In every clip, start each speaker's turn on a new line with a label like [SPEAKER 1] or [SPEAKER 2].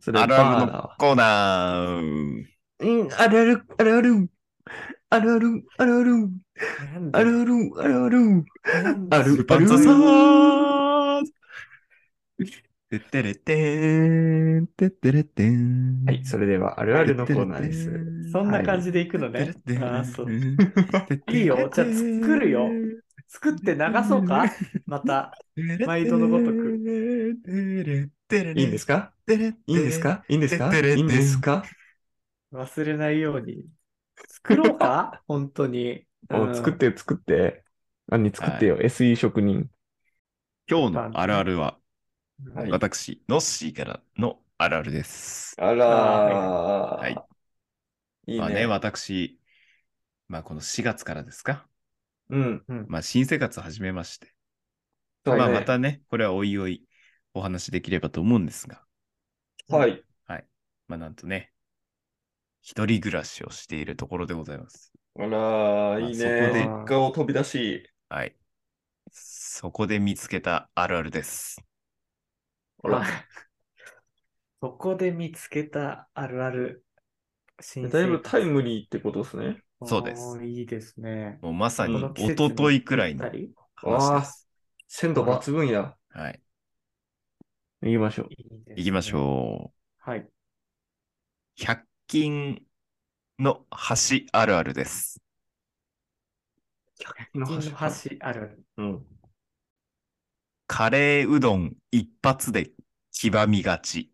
[SPEAKER 1] それ
[SPEAKER 2] あるあ
[SPEAKER 1] バ
[SPEAKER 2] る
[SPEAKER 1] ーだ
[SPEAKER 2] の
[SPEAKER 1] わ。
[SPEAKER 2] コーナー。
[SPEAKER 1] うん、あるある、あるある。あるある、あるある。あるある、あるある。
[SPEAKER 3] あ
[SPEAKER 1] ある
[SPEAKER 2] パ
[SPEAKER 1] あ
[SPEAKER 2] ン
[SPEAKER 1] る
[SPEAKER 2] ツ。さーてってれてーん、てってれてーん。
[SPEAKER 1] はい、それでは、あるあるのコーナーです。
[SPEAKER 3] そんな感じでいくの
[SPEAKER 2] てってれ。
[SPEAKER 3] ね
[SPEAKER 2] てーん
[SPEAKER 3] あーそう
[SPEAKER 2] てってれてーん
[SPEAKER 3] いいよじゃあ作るよ作って流そうかまた。毎度のごと
[SPEAKER 2] く。
[SPEAKER 1] いいんです
[SPEAKER 2] か
[SPEAKER 1] かいいんですかいいんですか
[SPEAKER 2] てれてれ
[SPEAKER 1] いいんですか
[SPEAKER 3] 忘れないように。作ろうか本当 に。う
[SPEAKER 1] お
[SPEAKER 3] ん
[SPEAKER 1] 作ってよ、作って。何作ってよ、SE 職人。
[SPEAKER 2] 今日のあるあるは、
[SPEAKER 1] はい
[SPEAKER 2] 私、ノッシーからのあるあるです。
[SPEAKER 1] あらー
[SPEAKER 2] はい。
[SPEAKER 1] いい
[SPEAKER 2] まあ
[SPEAKER 1] ね。
[SPEAKER 2] ね、私、まあこの4月からですか、
[SPEAKER 1] うん。
[SPEAKER 2] まあ新生活を始めまして、
[SPEAKER 1] そうね
[SPEAKER 2] まあまたね、これはおいおいお話しできればと思うんですが、
[SPEAKER 1] はい。
[SPEAKER 2] まあなんとね、一人暮らしをしているところでございます。
[SPEAKER 1] あらー、いいね。
[SPEAKER 2] そ
[SPEAKER 1] 実家を飛び出し。
[SPEAKER 2] はい。そこで見つけたあるあるです。
[SPEAKER 1] あら
[SPEAKER 3] そこで見つけたあるある。新
[SPEAKER 1] だいぶタイ
[SPEAKER 3] ム
[SPEAKER 1] ムリーってことですね。
[SPEAKER 2] そうです
[SPEAKER 3] いいですね。
[SPEAKER 2] もうまさに
[SPEAKER 1] この
[SPEAKER 3] 季
[SPEAKER 2] 一
[SPEAKER 3] 節に
[SPEAKER 2] 昨日くらいの
[SPEAKER 3] ぴったり
[SPEAKER 2] 話です。
[SPEAKER 1] 鮮度抜群や。
[SPEAKER 2] はい。
[SPEAKER 1] 行きましょう。
[SPEAKER 3] いいですね
[SPEAKER 2] 行きましょ
[SPEAKER 3] はい。
[SPEAKER 2] う。100均の橋あるあるです。
[SPEAKER 1] の
[SPEAKER 3] 金の
[SPEAKER 1] か
[SPEAKER 3] 橋あるある。
[SPEAKER 1] うん。
[SPEAKER 2] カレーうどん一発で黄ばみがち。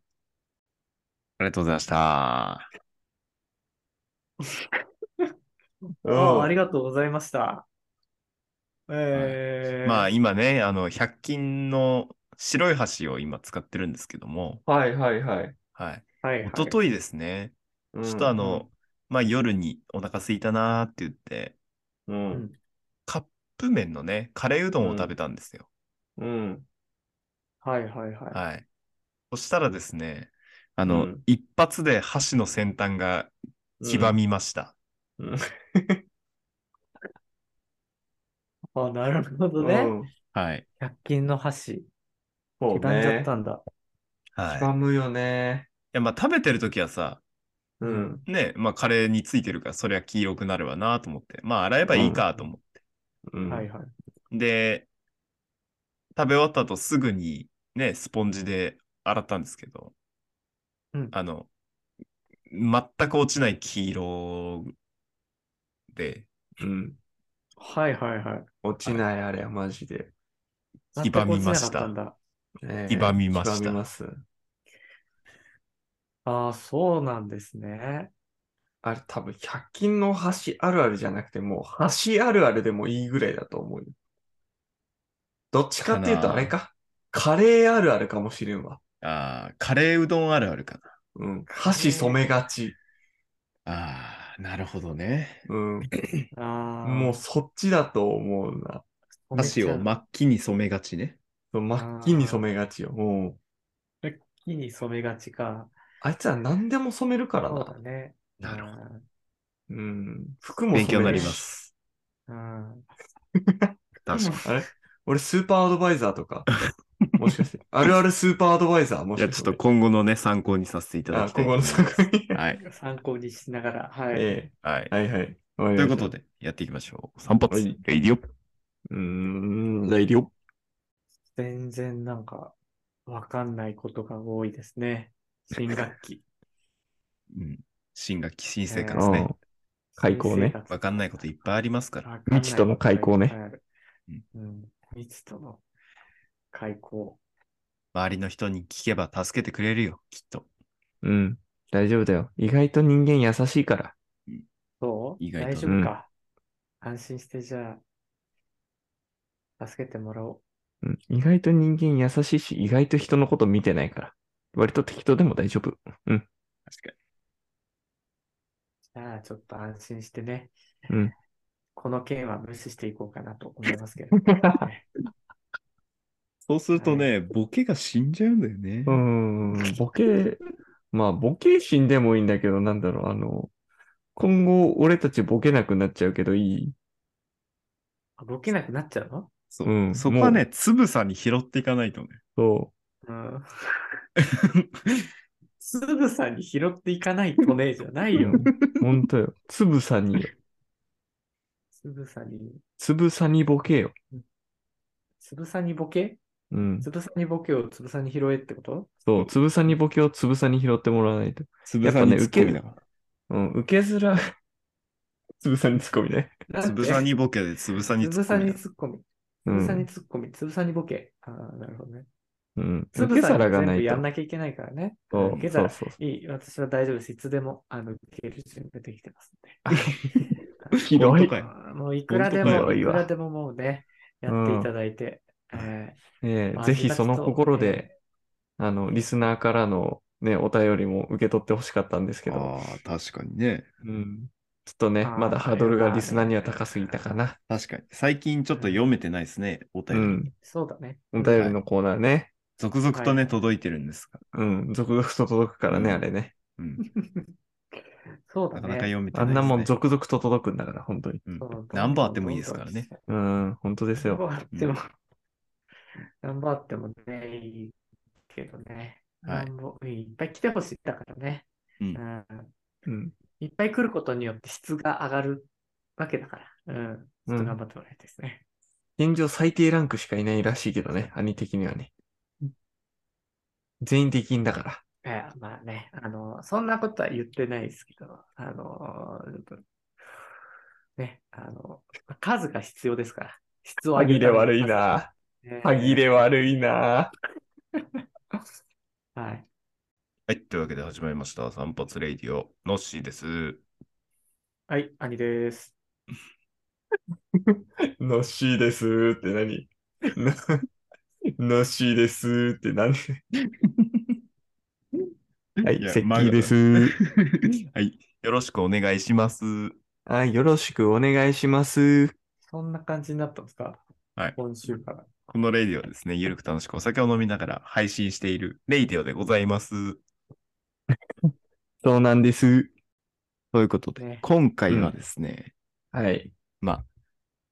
[SPEAKER 2] ありがとうございました。
[SPEAKER 3] ああありがとうございました。えー、
[SPEAKER 2] まあ今ね、あの、100均の白い橋を今使ってるんですけども、
[SPEAKER 1] はいはいはい。
[SPEAKER 2] はい。
[SPEAKER 3] はい、はい。
[SPEAKER 2] 一昨日ですね、
[SPEAKER 1] うん
[SPEAKER 2] ちょっとあの、まあ夜にお腹空いたなーって言って、
[SPEAKER 1] うん。
[SPEAKER 2] カップ麺のね、カレーうどんを食べたんですよ。
[SPEAKER 1] うん。
[SPEAKER 3] はいはいは
[SPEAKER 2] はい。そしたらですね、あの、
[SPEAKER 1] うん
[SPEAKER 2] 一発で箸の先端が黄ばみました。
[SPEAKER 3] い。あなるほ
[SPEAKER 1] う
[SPEAKER 3] ど
[SPEAKER 1] ん。
[SPEAKER 3] ね。
[SPEAKER 1] うん。
[SPEAKER 2] はい。
[SPEAKER 3] 100均の箸。
[SPEAKER 1] そ
[SPEAKER 3] 黄
[SPEAKER 1] う
[SPEAKER 3] ばんじゃっ
[SPEAKER 1] ね。
[SPEAKER 3] たんだ。
[SPEAKER 2] は
[SPEAKER 1] 黄
[SPEAKER 2] い。い
[SPEAKER 1] ばむよね。
[SPEAKER 2] や、まあ食べてる時はさ、
[SPEAKER 1] うん。
[SPEAKER 2] ね、まあカレーについてるから、そりゃ黄色くなるわなと思って、まあ洗えばいいかと思っ
[SPEAKER 1] うん。
[SPEAKER 3] はいは
[SPEAKER 2] て。
[SPEAKER 3] い。
[SPEAKER 2] で、食べ終わった後すぐにね、スポンジで洗ったんですけど、
[SPEAKER 3] うん
[SPEAKER 2] あの、全く落ちない黄色で、
[SPEAKER 1] うん。
[SPEAKER 3] はいはいはい。
[SPEAKER 1] 落ちないあれはマジで。
[SPEAKER 2] 黄ばみました
[SPEAKER 3] 全く落ちなかったんだ
[SPEAKER 1] ね
[SPEAKER 2] 黄ばみました
[SPEAKER 1] 黄ばみます。
[SPEAKER 3] ああ、そうなんですね。
[SPEAKER 1] あれ多分100均の橋あるあるじゃなくてもう橋あるあるでもいいぐらいだと思うよ。どっちかっていう
[SPEAKER 2] か
[SPEAKER 1] と
[SPEAKER 2] な
[SPEAKER 1] あれか。カレーあるあるかもしれんわ。
[SPEAKER 2] ああ、カレーうどんあるあるか
[SPEAKER 1] うん。箸染めがち。
[SPEAKER 2] な。ああ、なるほどね。
[SPEAKER 1] うん。
[SPEAKER 3] ああ、
[SPEAKER 1] もうそっちだと思うな。
[SPEAKER 3] う
[SPEAKER 2] 箸を真っ黄に染めがちね。
[SPEAKER 1] そう真っ黄に染めがちよ。うん。
[SPEAKER 3] 木に染めがちか。
[SPEAKER 1] あいつは何でも染めるから
[SPEAKER 3] そう
[SPEAKER 1] な
[SPEAKER 3] だ。ね。
[SPEAKER 2] なるほど。
[SPEAKER 3] ど。
[SPEAKER 1] うん。服も染め
[SPEAKER 2] 勉
[SPEAKER 1] るし
[SPEAKER 2] 強になりま。す。
[SPEAKER 3] うん。
[SPEAKER 2] 確かに。
[SPEAKER 1] あれ俺スーパーアドバイザーと か。もしかして。あるあるスーパーアドバイザーも
[SPEAKER 2] い
[SPEAKER 1] し
[SPEAKER 2] や、
[SPEAKER 1] か
[SPEAKER 2] ちょ
[SPEAKER 1] し
[SPEAKER 2] ってと。今後のね、参考にさせていただ
[SPEAKER 1] あ、
[SPEAKER 2] きたい
[SPEAKER 1] ことこ
[SPEAKER 2] 思
[SPEAKER 1] の
[SPEAKER 2] います。
[SPEAKER 1] 作品。
[SPEAKER 2] はい。
[SPEAKER 3] 参考にしながら。はい。
[SPEAKER 1] え
[SPEAKER 2] はい
[SPEAKER 1] え。。はいはい。と
[SPEAKER 2] ということで、やっていきましょう。散髪、
[SPEAKER 1] はい
[SPEAKER 2] レイディオ。
[SPEAKER 1] うーん、材料。
[SPEAKER 3] 全然なんか、わかんないことが多いです ね。新学期。
[SPEAKER 2] うん。新学期、新生活ね。
[SPEAKER 1] 開校ね
[SPEAKER 3] 新生活
[SPEAKER 2] わかんないこといっぱいありますから。
[SPEAKER 3] わかんない
[SPEAKER 1] 未知との開口ね
[SPEAKER 3] ことがいっぱいある。うん。未知との開口。
[SPEAKER 2] 周りの人に聞けば助けてくれるよ、きっと。
[SPEAKER 1] うん、大丈夫だよ。意外と人間優しいから。
[SPEAKER 3] そう
[SPEAKER 2] 意外と
[SPEAKER 3] 大丈夫か。安心して、じゃあ、助けてもらお
[SPEAKER 1] うん、意外と人間優しいし、意外と人のこと見てないから。割と適当でも大丈夫。
[SPEAKER 2] 確か
[SPEAKER 3] う。じゃあ、ちょっと安心してね。
[SPEAKER 1] うん
[SPEAKER 3] この件は無視していこうかなと思いますけ ど。
[SPEAKER 2] そうするとね、ボケが死んじゃうんだよね。
[SPEAKER 1] うーん、ボケ、まあ、ボケ死んでもいいんだけど、なんだろう、あの、今後、俺たちボケなくなっちゃうけどいい
[SPEAKER 3] 動けなくなっちゃうの
[SPEAKER 2] そう
[SPEAKER 1] うん
[SPEAKER 2] そこはね、 つぶさに拾っていかないとね。
[SPEAKER 1] そ
[SPEAKER 3] うん。つぶさに拾っていかないとねじゃないよ。
[SPEAKER 1] ほんとよ。つぶさによ。
[SPEAKER 3] つぶさに、
[SPEAKER 1] つぶさにボケよ。
[SPEAKER 3] つぶさにボケ
[SPEAKER 1] うん。
[SPEAKER 3] つぶさにボケをつぶさに拾えってこと
[SPEAKER 1] そう、つぶさにボケをつぶさに拾ってもらわないと。
[SPEAKER 2] つぶさに
[SPEAKER 1] やっぱね
[SPEAKER 2] ツッコミだから。
[SPEAKER 1] うん、受けづらい。つぶさにツッコミね。
[SPEAKER 2] つぶさ
[SPEAKER 3] に
[SPEAKER 2] にボケでつぶさに
[SPEAKER 3] つ
[SPEAKER 2] ツ
[SPEAKER 3] ぶ
[SPEAKER 2] ッコ
[SPEAKER 3] さ
[SPEAKER 2] ミ
[SPEAKER 3] に
[SPEAKER 2] だ。
[SPEAKER 3] ツッコミ。つ
[SPEAKER 1] う
[SPEAKER 3] ぶさに
[SPEAKER 1] ん。
[SPEAKER 3] ツッコミ。つぶさにボケ。ああ、なるほどね。
[SPEAKER 1] うん、
[SPEAKER 3] つ
[SPEAKER 1] 受
[SPEAKER 3] ぶ
[SPEAKER 1] け
[SPEAKER 3] さに
[SPEAKER 1] 皿が
[SPEAKER 3] 全
[SPEAKER 1] な
[SPEAKER 3] 部
[SPEAKER 1] い
[SPEAKER 3] や
[SPEAKER 1] と
[SPEAKER 3] ん。なきゃいけないからね。
[SPEAKER 1] そう
[SPEAKER 3] 受け
[SPEAKER 1] そ
[SPEAKER 3] 皿
[SPEAKER 1] うそうそ
[SPEAKER 3] いい、私は大丈夫です。いつでも、あの、受ける準備できてますんで。
[SPEAKER 1] う。ひどい
[SPEAKER 2] 本当。かよ
[SPEAKER 3] あーもういくらで
[SPEAKER 2] 本当
[SPEAKER 1] か
[SPEAKER 3] も、
[SPEAKER 1] よ
[SPEAKER 3] いくらでももうね、やっていただいて、え
[SPEAKER 1] ええ
[SPEAKER 3] ー
[SPEAKER 1] ぜひその心、
[SPEAKER 3] まあ
[SPEAKER 1] で、あの、リスナーからのね、お便りも受け取ってほしかったんですけど、
[SPEAKER 2] ああ、確かにね。
[SPEAKER 1] うん。ちょっとね、
[SPEAKER 3] あー
[SPEAKER 1] まだハードル
[SPEAKER 3] まあ
[SPEAKER 1] が
[SPEAKER 3] ね
[SPEAKER 1] リスナーには高すぎたかな。
[SPEAKER 2] 確かに。最近ちょっと読めてないですね、お
[SPEAKER 1] う
[SPEAKER 2] 便り。
[SPEAKER 1] ん。
[SPEAKER 3] そうだね。
[SPEAKER 1] お便りのコーナーね。
[SPEAKER 2] 続々とね、
[SPEAKER 3] はい
[SPEAKER 2] 届いてるんですが。
[SPEAKER 1] うん。続々と届くからね、
[SPEAKER 2] うん
[SPEAKER 1] あれね。
[SPEAKER 2] うん。
[SPEAKER 3] そう
[SPEAKER 2] な
[SPEAKER 3] だね。
[SPEAKER 2] かなか読めてな
[SPEAKER 1] あ
[SPEAKER 2] いです、
[SPEAKER 1] ん
[SPEAKER 2] ね。
[SPEAKER 1] なもん続々と届くんだから、本当に。
[SPEAKER 2] うん
[SPEAKER 3] そうだね
[SPEAKER 2] 何本あってもいいですからね。。
[SPEAKER 1] うん、本当です
[SPEAKER 3] 頑
[SPEAKER 1] よ。
[SPEAKER 3] 張っても、頑張ってもね、いいけどね。
[SPEAKER 2] はい
[SPEAKER 3] なんぼいっぱい来てほしいだからね、
[SPEAKER 2] うん
[SPEAKER 3] うん
[SPEAKER 1] うん。
[SPEAKER 3] いっぱい来ることによって質が上がるわけだから。うん。ちょっ
[SPEAKER 1] う
[SPEAKER 3] と
[SPEAKER 1] ん
[SPEAKER 3] 頑張ってもらいたいですね。
[SPEAKER 1] 現状最低ランクしかいないらしいけどね、兄的にはね。全員できんだから。
[SPEAKER 3] えーまあね、あの、そんなことは言ってないですけど、あの、ちょっとね、あの、数が必要ですから。質を
[SPEAKER 1] 歯
[SPEAKER 3] 上げ
[SPEAKER 1] 切れ
[SPEAKER 3] るための
[SPEAKER 1] 悪いな。
[SPEAKER 3] 数。
[SPEAKER 1] 歯切
[SPEAKER 3] れ。
[SPEAKER 1] れ悪いな。
[SPEAKER 3] はい。
[SPEAKER 2] はい。というわけで始まりました。散髪レイディオ、のっしーです。
[SPEAKER 3] はい、兄です。
[SPEAKER 1] のっしーですーって何の のっしーですーって何はい、
[SPEAKER 2] や
[SPEAKER 1] セッキーで。すー。
[SPEAKER 2] まあはい。よろしくお願いします。
[SPEAKER 1] はい、よろしくお願いします。
[SPEAKER 3] そんな感じになったんですか
[SPEAKER 2] はい
[SPEAKER 3] 今週から。
[SPEAKER 2] このレイディオはですね、ゆるく楽しくお酒を飲みながら配信しているレイディオでございます。
[SPEAKER 1] そうなんです。
[SPEAKER 2] ということで、
[SPEAKER 3] ね
[SPEAKER 2] 今回はですね、
[SPEAKER 1] はい、
[SPEAKER 2] まあ、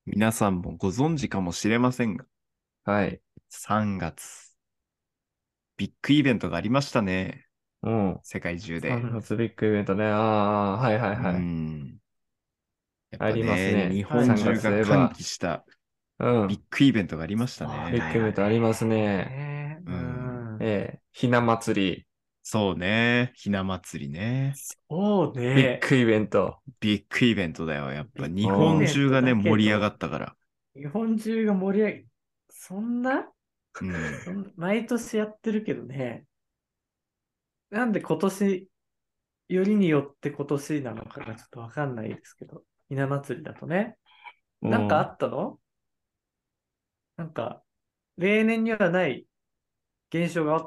[SPEAKER 2] 皆さんもご存知かもしれませんが、
[SPEAKER 1] はい。
[SPEAKER 2] 3月、ビッグイベントがありましたね。
[SPEAKER 1] うん。
[SPEAKER 2] 世界中で。
[SPEAKER 1] 3月ビッグイベントね。ああ、はいはいは
[SPEAKER 2] う
[SPEAKER 1] い。
[SPEAKER 2] んやっぱ
[SPEAKER 1] ありますね
[SPEAKER 2] 日本
[SPEAKER 3] はい
[SPEAKER 2] 中が歓喜した
[SPEAKER 1] うん。
[SPEAKER 2] ビ
[SPEAKER 1] ビ
[SPEAKER 2] ッグイベントがありました
[SPEAKER 3] そうだ
[SPEAKER 1] ッグイ
[SPEAKER 2] ね。
[SPEAKER 1] ベントありますね。
[SPEAKER 3] ねえ
[SPEAKER 2] う
[SPEAKER 3] うんん。
[SPEAKER 1] ええ、ひな祭
[SPEAKER 2] そうね。ひな祭りね。
[SPEAKER 3] そう
[SPEAKER 1] り、ビッ
[SPEAKER 3] ね。
[SPEAKER 1] グイベント。
[SPEAKER 2] ビッグイベントだよ。やっぱ
[SPEAKER 3] ビッ
[SPEAKER 2] 日
[SPEAKER 1] グ
[SPEAKER 2] 本中がね、
[SPEAKER 3] イベントだけど
[SPEAKER 2] 盛り上がったから。
[SPEAKER 3] 日本中が盛り上げ、そんな
[SPEAKER 2] うん
[SPEAKER 3] そん 毎年やってるけどね。なんで今年、よりによって今年なのかがちょっとわかんないですけど、ひな祭りだとね。なんかあったのなんか、例年にはない現象があっ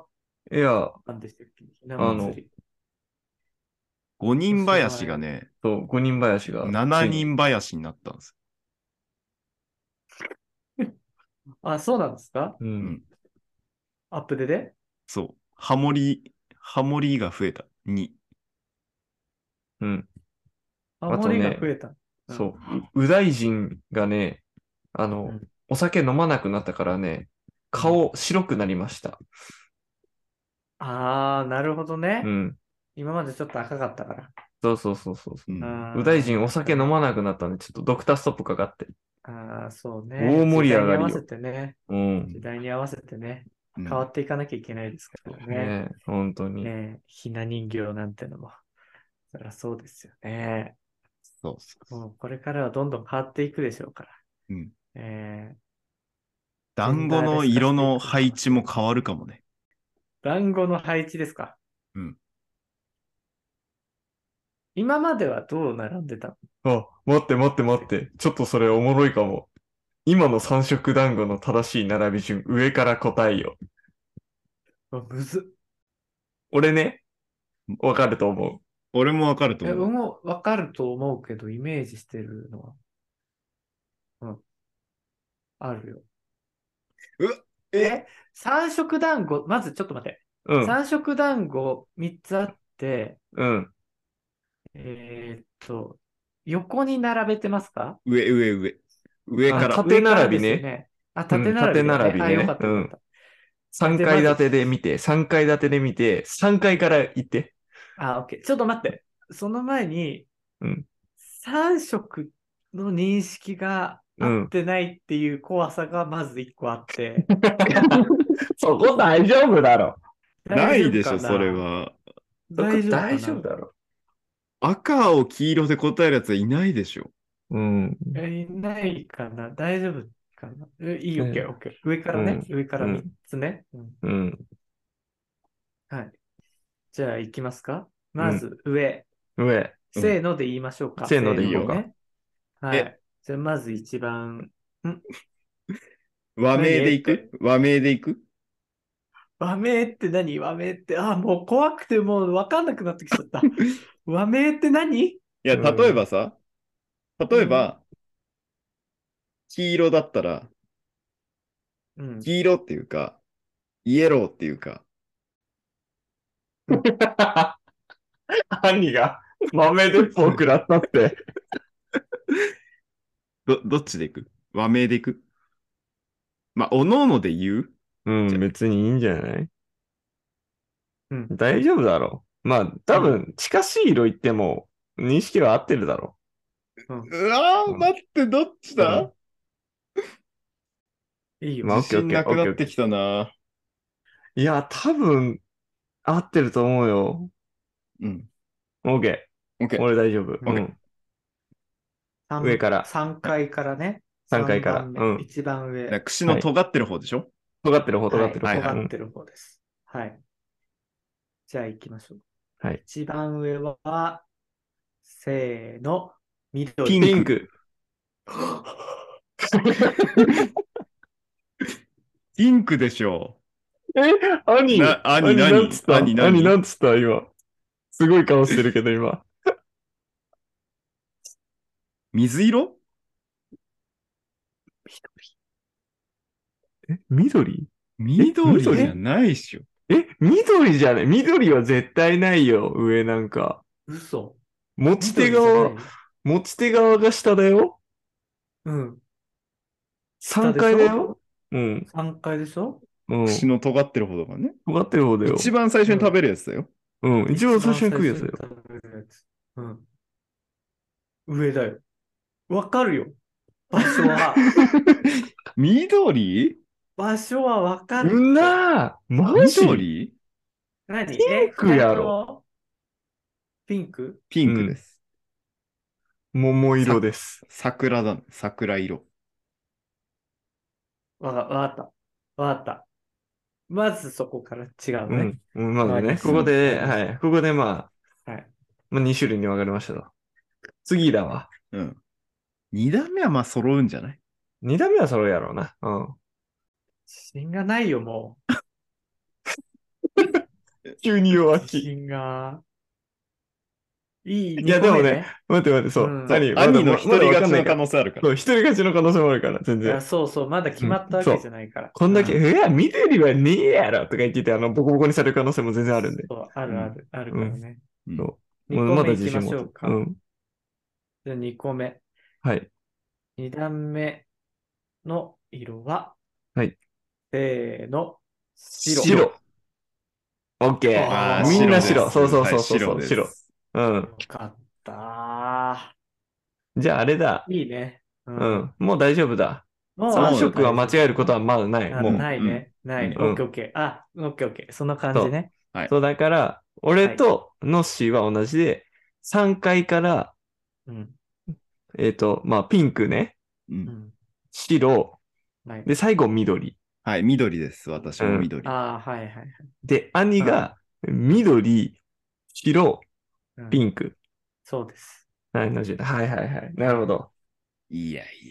[SPEAKER 1] うんいや、
[SPEAKER 3] たんでしたっけひな
[SPEAKER 1] あの
[SPEAKER 3] 祭り。
[SPEAKER 2] 五人林がね、
[SPEAKER 1] そう、五人林が。
[SPEAKER 2] 七人林になったんです。
[SPEAKER 3] あ、そうなんですか
[SPEAKER 1] うん
[SPEAKER 2] うん
[SPEAKER 3] アップデで
[SPEAKER 2] そう。ハモリ、ハモリが増えた。に。
[SPEAKER 1] うん。
[SPEAKER 3] あ
[SPEAKER 1] あとね
[SPEAKER 3] 守りが増えた。うん
[SPEAKER 1] そう。う右大臣がね、あの、
[SPEAKER 3] うん
[SPEAKER 1] お酒飲まなくなったからね、顔白くなりました。
[SPEAKER 3] ああ、なるほどね、
[SPEAKER 1] うん。
[SPEAKER 3] 今までちょっと赤かったから。
[SPEAKER 1] そうそうそうそう。
[SPEAKER 2] うん
[SPEAKER 1] う大臣お酒飲
[SPEAKER 3] ま
[SPEAKER 1] まなくなったんで、ちょっとドクターストップかかって。
[SPEAKER 3] ああ、そうね。
[SPEAKER 1] 大盛り上がりよ
[SPEAKER 3] 時代に合わせてね、
[SPEAKER 1] うん。
[SPEAKER 3] 時代に合わせてね、
[SPEAKER 2] うん
[SPEAKER 3] 変わっていかなきゃいけないですからね。
[SPEAKER 1] ねえ本当に。
[SPEAKER 3] ねえひな人形なんてのも。そりゃそうですよね。
[SPEAKER 2] そうそうそう
[SPEAKER 3] もうこれからはどんどん変わっていくでしょうから。
[SPEAKER 2] うん
[SPEAKER 3] え
[SPEAKER 2] 団子の色の配置も変わるかもね。
[SPEAKER 3] ー、団子の配置ですか
[SPEAKER 2] うん。
[SPEAKER 3] 今まではどう並んでたの
[SPEAKER 1] あ、待って待って待って。ちょっとそれおもろいかも。今の三色団子の正しい並び順、上から答えよ。
[SPEAKER 3] うわむずっ
[SPEAKER 1] 俺ね、わかると思
[SPEAKER 2] 俺もわかると
[SPEAKER 3] え、
[SPEAKER 2] 思う。
[SPEAKER 3] もう分かると思うけど、イメージしてるのは。うん。あるよ。
[SPEAKER 2] うわ
[SPEAKER 3] え、三色団子、まずちょっと待って。
[SPEAKER 1] う。うん。
[SPEAKER 3] 三色団子3つあって、
[SPEAKER 1] うん。
[SPEAKER 3] えーっと、横に並べてますか
[SPEAKER 2] 上、上、上。上か
[SPEAKER 1] あ
[SPEAKER 2] ら
[SPEAKER 1] 縦並びね
[SPEAKER 3] 上からですよね。あ、縦並び、
[SPEAKER 1] 縦並びね
[SPEAKER 3] あ、よかった、よかった。
[SPEAKER 1] 3階建てで見て、3階建てで見て、3階から行って。
[SPEAKER 3] あ、オッケー。ちょっと待って。その前に、
[SPEAKER 1] うん
[SPEAKER 3] 3色の認識が合ってないっていう怖さがまず1個あって。
[SPEAKER 1] そこ大丈夫だろ。
[SPEAKER 2] ないでしょ、
[SPEAKER 3] 大丈夫かな
[SPEAKER 2] それ。は。
[SPEAKER 3] 大丈夫かな
[SPEAKER 1] 大丈夫だろ。
[SPEAKER 2] 赤を黄色で答えるやつはいないでしょ。
[SPEAKER 1] うん。
[SPEAKER 3] えいないかな大丈夫かなえいい、オ
[SPEAKER 1] うん
[SPEAKER 3] ッケー、オッケー。上からね、上から
[SPEAKER 1] うん
[SPEAKER 3] 3つね。うん
[SPEAKER 1] うん。
[SPEAKER 3] じゃあ、行きますかまず、上。
[SPEAKER 1] 上。
[SPEAKER 2] うん
[SPEAKER 3] せーので言いましょうか。
[SPEAKER 1] せーので言おうか
[SPEAKER 3] せーのねは
[SPEAKER 2] え
[SPEAKER 3] い。じゃあ、まず一番、
[SPEAKER 2] 和名でいく和名でいく
[SPEAKER 3] 和名って何和名って、あ、もう怖くてもう分かんなくなってきち ゃった。和名って何
[SPEAKER 2] いや、
[SPEAKER 1] うん
[SPEAKER 2] 例えばさ、例えば、黄色だったら、
[SPEAKER 3] うん。
[SPEAKER 2] 黄色っていうか、イエローっていうか、
[SPEAKER 1] 兄が豆鉄砲食らったって。
[SPEAKER 2] ど、どっちでいく和名でいくまあ、おのおので言う
[SPEAKER 1] うん、別にいいんじゃない
[SPEAKER 3] うん
[SPEAKER 1] 大丈夫だろう。まあ、多分、近しい色言っても、認識は合ってるだろ
[SPEAKER 2] うわ
[SPEAKER 1] ー
[SPEAKER 2] ー、
[SPEAKER 1] 待
[SPEAKER 2] 待って、どっち
[SPEAKER 1] だ
[SPEAKER 2] だ、
[SPEAKER 3] いいよ。
[SPEAKER 1] まあ
[SPEAKER 2] 自信なくなってきたな。
[SPEAKER 1] う。いや、多分、合ってると思うよ。
[SPEAKER 2] うん。
[SPEAKER 1] OK。
[SPEAKER 2] OK。
[SPEAKER 1] 俺大丈夫。
[SPEAKER 3] OK
[SPEAKER 1] うん。
[SPEAKER 3] 三
[SPEAKER 1] 上から
[SPEAKER 3] 3階からね。
[SPEAKER 1] 3階から。う
[SPEAKER 3] 三番
[SPEAKER 1] ん。
[SPEAKER 3] 目一番上。
[SPEAKER 2] なんか串の尖ってる方でしょ、
[SPEAKER 1] 尖ってる方、尖ってる方。
[SPEAKER 3] はい
[SPEAKER 1] うん
[SPEAKER 3] 尖ってる方です。はい。じゃあ行きましょう。
[SPEAKER 1] はい
[SPEAKER 3] 一番上は、せーの、緑。
[SPEAKER 1] ピンク。
[SPEAKER 2] ピンクでしょ
[SPEAKER 1] え、兄
[SPEAKER 2] な兄何
[SPEAKER 1] なんつった
[SPEAKER 2] 兄何
[SPEAKER 1] 兄なんつった今。すごい顔してるけど、今。
[SPEAKER 2] 水色
[SPEAKER 1] え、 緑
[SPEAKER 2] 緑
[SPEAKER 1] 緑
[SPEAKER 2] じゃないっしょ。
[SPEAKER 1] え、緑じゃない緑は絶対ないよ、上なんか。
[SPEAKER 3] 嘘。
[SPEAKER 1] 持ち手側、
[SPEAKER 3] 緑じゃない
[SPEAKER 1] 持ち手側が下だよ。
[SPEAKER 3] うん。
[SPEAKER 1] 3階だよ。うん。
[SPEAKER 3] 3階でしょ
[SPEAKER 1] うん。
[SPEAKER 2] 串の尖ってる方とかね。
[SPEAKER 1] 尖ってる方だよ。
[SPEAKER 2] 一番最初に食べるやつだよ。
[SPEAKER 1] うん。一番最初に食うやつだよ。
[SPEAKER 3] 一番最初に食べるやつうん。上だよ。わかるよ。場所 は、
[SPEAKER 2] 緑
[SPEAKER 3] 場所はわかる。
[SPEAKER 1] うなぁマジ
[SPEAKER 2] 緑
[SPEAKER 3] 何ピ
[SPEAKER 1] ンクやろ。
[SPEAKER 3] えピンク
[SPEAKER 2] ピンクです。
[SPEAKER 1] 桃色です。
[SPEAKER 2] 桜だね。桜色。
[SPEAKER 3] わかわかった。わかった。まずそこから違う
[SPEAKER 1] う
[SPEAKER 3] ね。
[SPEAKER 1] ん。うんまず
[SPEAKER 3] わかりま
[SPEAKER 1] ね、
[SPEAKER 3] した
[SPEAKER 1] ここで、はい。ここでまあ、
[SPEAKER 3] はい
[SPEAKER 1] まあ2種類に分かれましたと。次だわ。
[SPEAKER 2] うん。二段目はまあ揃うんじゃない
[SPEAKER 1] 2段目はそれやろうな。うん。
[SPEAKER 3] 自信がないよ、も
[SPEAKER 1] 急に弱
[SPEAKER 3] う。自。信が。いい。
[SPEAKER 1] いや
[SPEAKER 3] 二個目
[SPEAKER 1] でもね待って待って、そうう。
[SPEAKER 3] ん
[SPEAKER 1] 何
[SPEAKER 2] 兄の一人勝ちの可
[SPEAKER 1] 能
[SPEAKER 2] 能性あるから。
[SPEAKER 1] そう、一人勝ちの可能性もあるから、全
[SPEAKER 3] いや
[SPEAKER 1] 然。
[SPEAKER 3] そうそう、まだ決まったわけじゃないから。
[SPEAKER 1] こんだけ、
[SPEAKER 3] う
[SPEAKER 1] いや、緑はねえやろとか言ってて、あの、ボコボコにされる可能性も全然あるんで。
[SPEAKER 3] そう、あるある、あるからね。
[SPEAKER 2] うん
[SPEAKER 1] そ
[SPEAKER 3] 二
[SPEAKER 1] 俺
[SPEAKER 3] 個目
[SPEAKER 1] だ
[SPEAKER 3] いきましょう
[SPEAKER 1] 持
[SPEAKER 3] か。
[SPEAKER 1] てるうん。
[SPEAKER 3] じゃあ2個目。
[SPEAKER 1] はい。
[SPEAKER 3] 2段目の色は、
[SPEAKER 1] はい。
[SPEAKER 3] せーの、白。
[SPEAKER 1] 白。オッケ
[SPEAKER 3] あ
[SPEAKER 1] ー。
[SPEAKER 3] ー
[SPEAKER 1] みんな
[SPEAKER 2] 白
[SPEAKER 1] 白。
[SPEAKER 2] です
[SPEAKER 1] そうそうそう
[SPEAKER 2] は
[SPEAKER 1] そ
[SPEAKER 2] いう
[SPEAKER 1] そう、
[SPEAKER 2] です
[SPEAKER 1] 白。うん。
[SPEAKER 3] よかった
[SPEAKER 1] じゃああれだ。
[SPEAKER 3] ー。いいね。う
[SPEAKER 1] う。ん。もう大丈夫だ。
[SPEAKER 3] もう
[SPEAKER 1] 3色は間違えることはまだない。
[SPEAKER 3] あ
[SPEAKER 1] もう。
[SPEAKER 3] ないね。ないね。
[SPEAKER 1] うん
[SPEAKER 3] オッケーオッケー。あ、オッケーオッケー。そんな感じね。
[SPEAKER 1] そうだから、俺とノッシーは同じで、3階から、
[SPEAKER 3] うん。
[SPEAKER 1] えっと、まあ、ピンクね、
[SPEAKER 2] う
[SPEAKER 3] うんん。
[SPEAKER 1] 白、
[SPEAKER 3] はい。
[SPEAKER 1] で、最後緑。
[SPEAKER 2] はい、緑です。私も緑。
[SPEAKER 3] ああ、はいはいはい。
[SPEAKER 1] で、兄が緑、白、
[SPEAKER 3] うん
[SPEAKER 1] ピンク。
[SPEAKER 3] そうです。
[SPEAKER 1] はい、同じだはいはいはい。なるほど。
[SPEAKER 2] いやいやいやい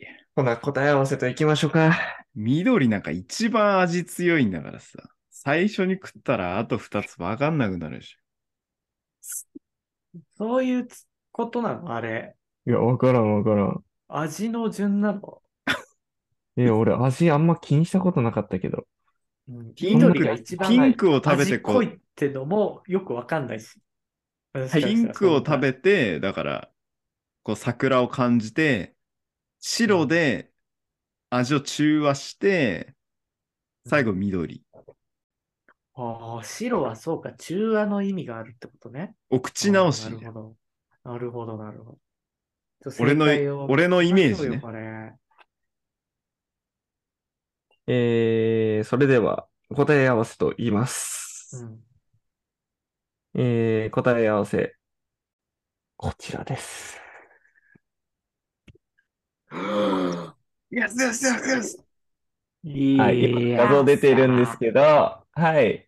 [SPEAKER 2] や。
[SPEAKER 1] ほな、答え合わせといきましょうか。
[SPEAKER 2] 緑なんか一番味強いんだからさ。最初に食ったらあと二つわかんなくなるでし
[SPEAKER 3] そういうつことなのあれ。
[SPEAKER 1] いや、わからんわからん。
[SPEAKER 3] 味の順なの、
[SPEAKER 1] いや、俺、味あんま気にしたことなかったけど。
[SPEAKER 3] うん、
[SPEAKER 2] ピン
[SPEAKER 1] ク
[SPEAKER 3] 緑が一
[SPEAKER 2] ょ。
[SPEAKER 3] 番
[SPEAKER 2] ピンクを食べ
[SPEAKER 3] 味
[SPEAKER 2] てこ。
[SPEAKER 3] 濃いうってのもよくわかんないし。
[SPEAKER 2] ピンクを食べて、だから、こう桜を感じて、白で味を中和して、最後、緑。
[SPEAKER 3] ああ、白はそうか、中和の意味があるってことね。
[SPEAKER 2] お口直し
[SPEAKER 3] あ。ーなるほど。なるほど、なるほど。ちょっと
[SPEAKER 2] 俺
[SPEAKER 3] 正解を
[SPEAKER 2] の、俺のイメー
[SPEAKER 3] 聞
[SPEAKER 2] ジ
[SPEAKER 3] かせよう
[SPEAKER 2] ね
[SPEAKER 3] よ。これ
[SPEAKER 1] えー、それでは答え合わせと言います。
[SPEAKER 3] うん。
[SPEAKER 1] えー、答え合わせ。こちらです。
[SPEAKER 2] よしよしよし
[SPEAKER 3] い
[SPEAKER 1] はい、今画像出てるんですけど、はい。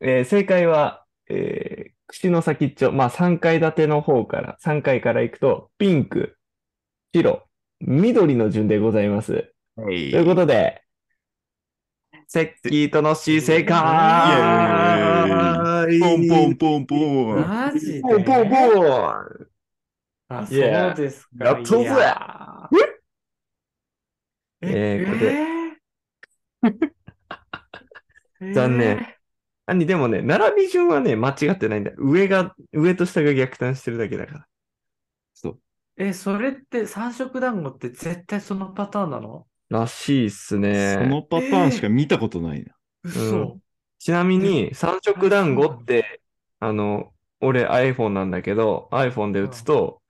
[SPEAKER 1] えー正解は、えー口の先っちょ、まあ3階建ての方から、3階から行くと、ピンク、白、緑の順でございます。ということで、セッキーとのし正解
[SPEAKER 2] イエーイポンポンポンポン。
[SPEAKER 3] マジで
[SPEAKER 1] ポンポンポン
[SPEAKER 3] あ、そう
[SPEAKER 1] Yeah
[SPEAKER 3] ですか。
[SPEAKER 1] やっとぜ
[SPEAKER 3] いや
[SPEAKER 1] えーこれ
[SPEAKER 3] えー
[SPEAKER 1] 残念あにでもね、並び順はね、間違ってないんだよ。上が、上と下が逆転してるだけだから。
[SPEAKER 3] えー。え、それって三色団子って絶対そのパターンなの
[SPEAKER 1] らしいっすね。
[SPEAKER 2] そのパターンしか見たことないな。
[SPEAKER 3] 嘘。
[SPEAKER 1] ちなみに、三色団子って、あの、俺 iPhone なんだけど、iPhone で打つと、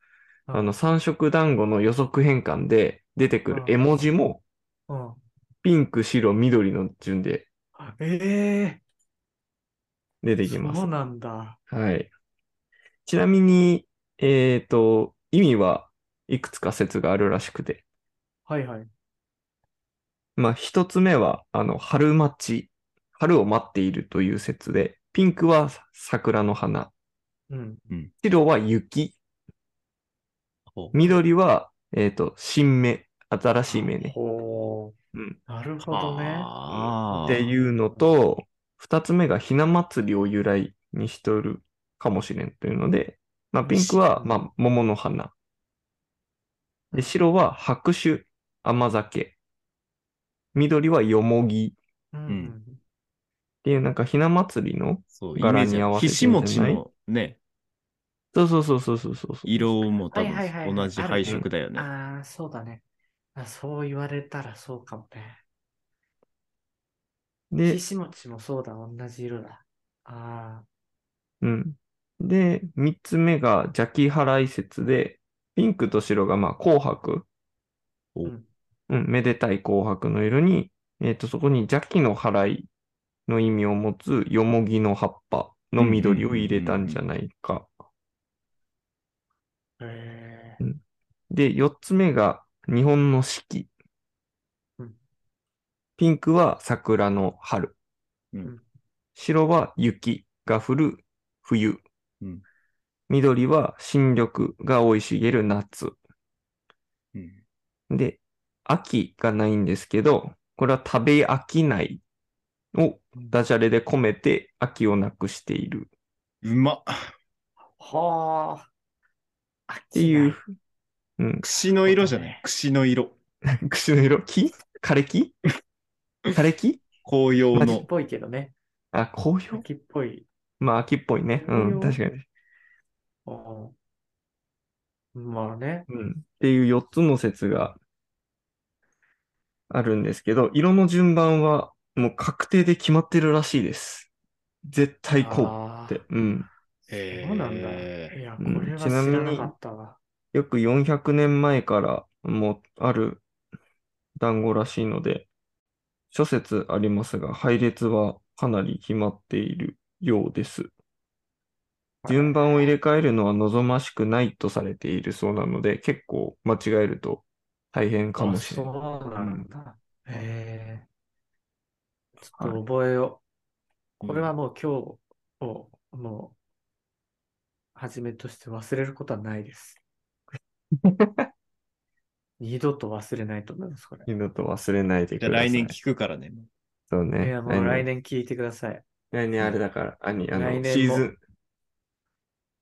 [SPEAKER 3] うん
[SPEAKER 1] あの、三色団子の予測変換で出てくる絵文字も、
[SPEAKER 3] うん。
[SPEAKER 1] ピンク、白、緑の順で
[SPEAKER 3] え
[SPEAKER 1] 出
[SPEAKER 3] え
[SPEAKER 1] てきます
[SPEAKER 3] そう。なんだ。
[SPEAKER 1] はい。ちなみに、えっと、意味はいくつか説があるらしくて、
[SPEAKER 3] はいはい。
[SPEAKER 1] まあ、一つ目は、あの、春待ち、春を待っているという説で、ピンクは桜の花、
[SPEAKER 3] うん。
[SPEAKER 1] 白は雪、
[SPEAKER 2] ほう
[SPEAKER 1] 緑は、えっ、と、新芽、新しい芽ね。
[SPEAKER 3] ほう
[SPEAKER 1] うん
[SPEAKER 3] なるほどね。
[SPEAKER 2] あー
[SPEAKER 1] っていうのと、二つ目がひな祭りを由来にしとるかもしれんというので、まあ、ピンクは、まあ、桃の花。で、白は白酒、甘酒。緑はよもぎっ
[SPEAKER 3] うん。
[SPEAKER 1] ていう、なんかひな祭りの、
[SPEAKER 2] そう、イメ
[SPEAKER 1] 柄
[SPEAKER 2] ージ
[SPEAKER 1] に合わせて
[SPEAKER 2] ひしもちのね、
[SPEAKER 1] そうそうそうそうそうそう。
[SPEAKER 2] 色も多
[SPEAKER 3] はいはいはい
[SPEAKER 2] 分
[SPEAKER 3] はい
[SPEAKER 2] 同じ配色だよね。
[SPEAKER 3] ああ、そうだね。あそう言われたらそうかもね。
[SPEAKER 1] で
[SPEAKER 3] ひ、しもちもそうだ、同じ色だ。あ
[SPEAKER 1] うん。で、三つ目が邪気払い説で、ピンクと白がまあ紅白。
[SPEAKER 2] お
[SPEAKER 1] うん、めでたい紅白の色に、えっと、そこに邪気の払いの意味を持つよもぎの葉っぱの緑を入れたんじゃないか。
[SPEAKER 3] あ。へえ。
[SPEAKER 1] で、四つ目が日本の四季
[SPEAKER 3] うん。
[SPEAKER 1] ピンクは桜の春。
[SPEAKER 2] うん
[SPEAKER 1] 白は雪が降る冬。
[SPEAKER 2] うん
[SPEAKER 1] 緑は新緑が生い茂る夏。
[SPEAKER 2] うん
[SPEAKER 1] で、秋がないんですけど、これは食べ飽きないをダジャレで込めて秋をなくしているっ
[SPEAKER 2] うまっ。
[SPEAKER 3] はあ。って
[SPEAKER 1] いう、うん、
[SPEAKER 2] 串の色じゃない串の色。
[SPEAKER 1] 口の色、木枯れ木枯れ木
[SPEAKER 2] 紅葉
[SPEAKER 3] 秋っ
[SPEAKER 2] の。
[SPEAKER 3] ぽいけどね。
[SPEAKER 1] あ、紅葉
[SPEAKER 3] 秋っぽい。
[SPEAKER 1] まあ秋っぽいね。う
[SPEAKER 3] 紅
[SPEAKER 1] ん、
[SPEAKER 3] 葉
[SPEAKER 1] 確かに。
[SPEAKER 3] うんまあね。
[SPEAKER 1] うん。っていう4つの説があるんですけど、色の順番はもう確定で決まってるらしいです。絶対こうっ
[SPEAKER 3] あー
[SPEAKER 1] て。うん。
[SPEAKER 2] え
[SPEAKER 3] そうなんだ。
[SPEAKER 2] ー
[SPEAKER 3] いや、こ
[SPEAKER 1] うん
[SPEAKER 3] れは
[SPEAKER 1] ちなみ
[SPEAKER 3] 知
[SPEAKER 1] に
[SPEAKER 3] らなかったわ。
[SPEAKER 1] 約400年前からもうある団子らしいので、諸説ありますが、配列はかなり決まっているようです。順番を入れ替えるのは望ましくないとされているそうなので、結構間違えると大変かもしれない。
[SPEAKER 3] あそうなんだ。へえ。ちょっと覚えよう。これはもう今日を、もう、はじめとして忘れることはない です。二度と忘れないと思います、これ。
[SPEAKER 1] 二度と忘れないで
[SPEAKER 2] じ
[SPEAKER 1] く
[SPEAKER 2] ゃあ
[SPEAKER 1] ださい。
[SPEAKER 2] 来年聞くからね。
[SPEAKER 1] そうね。
[SPEAKER 3] いや、もう来。年聞いてください。
[SPEAKER 1] 来年あれだから、兄、あの、
[SPEAKER 3] 来年
[SPEAKER 1] シ
[SPEAKER 3] も
[SPEAKER 1] ーズン、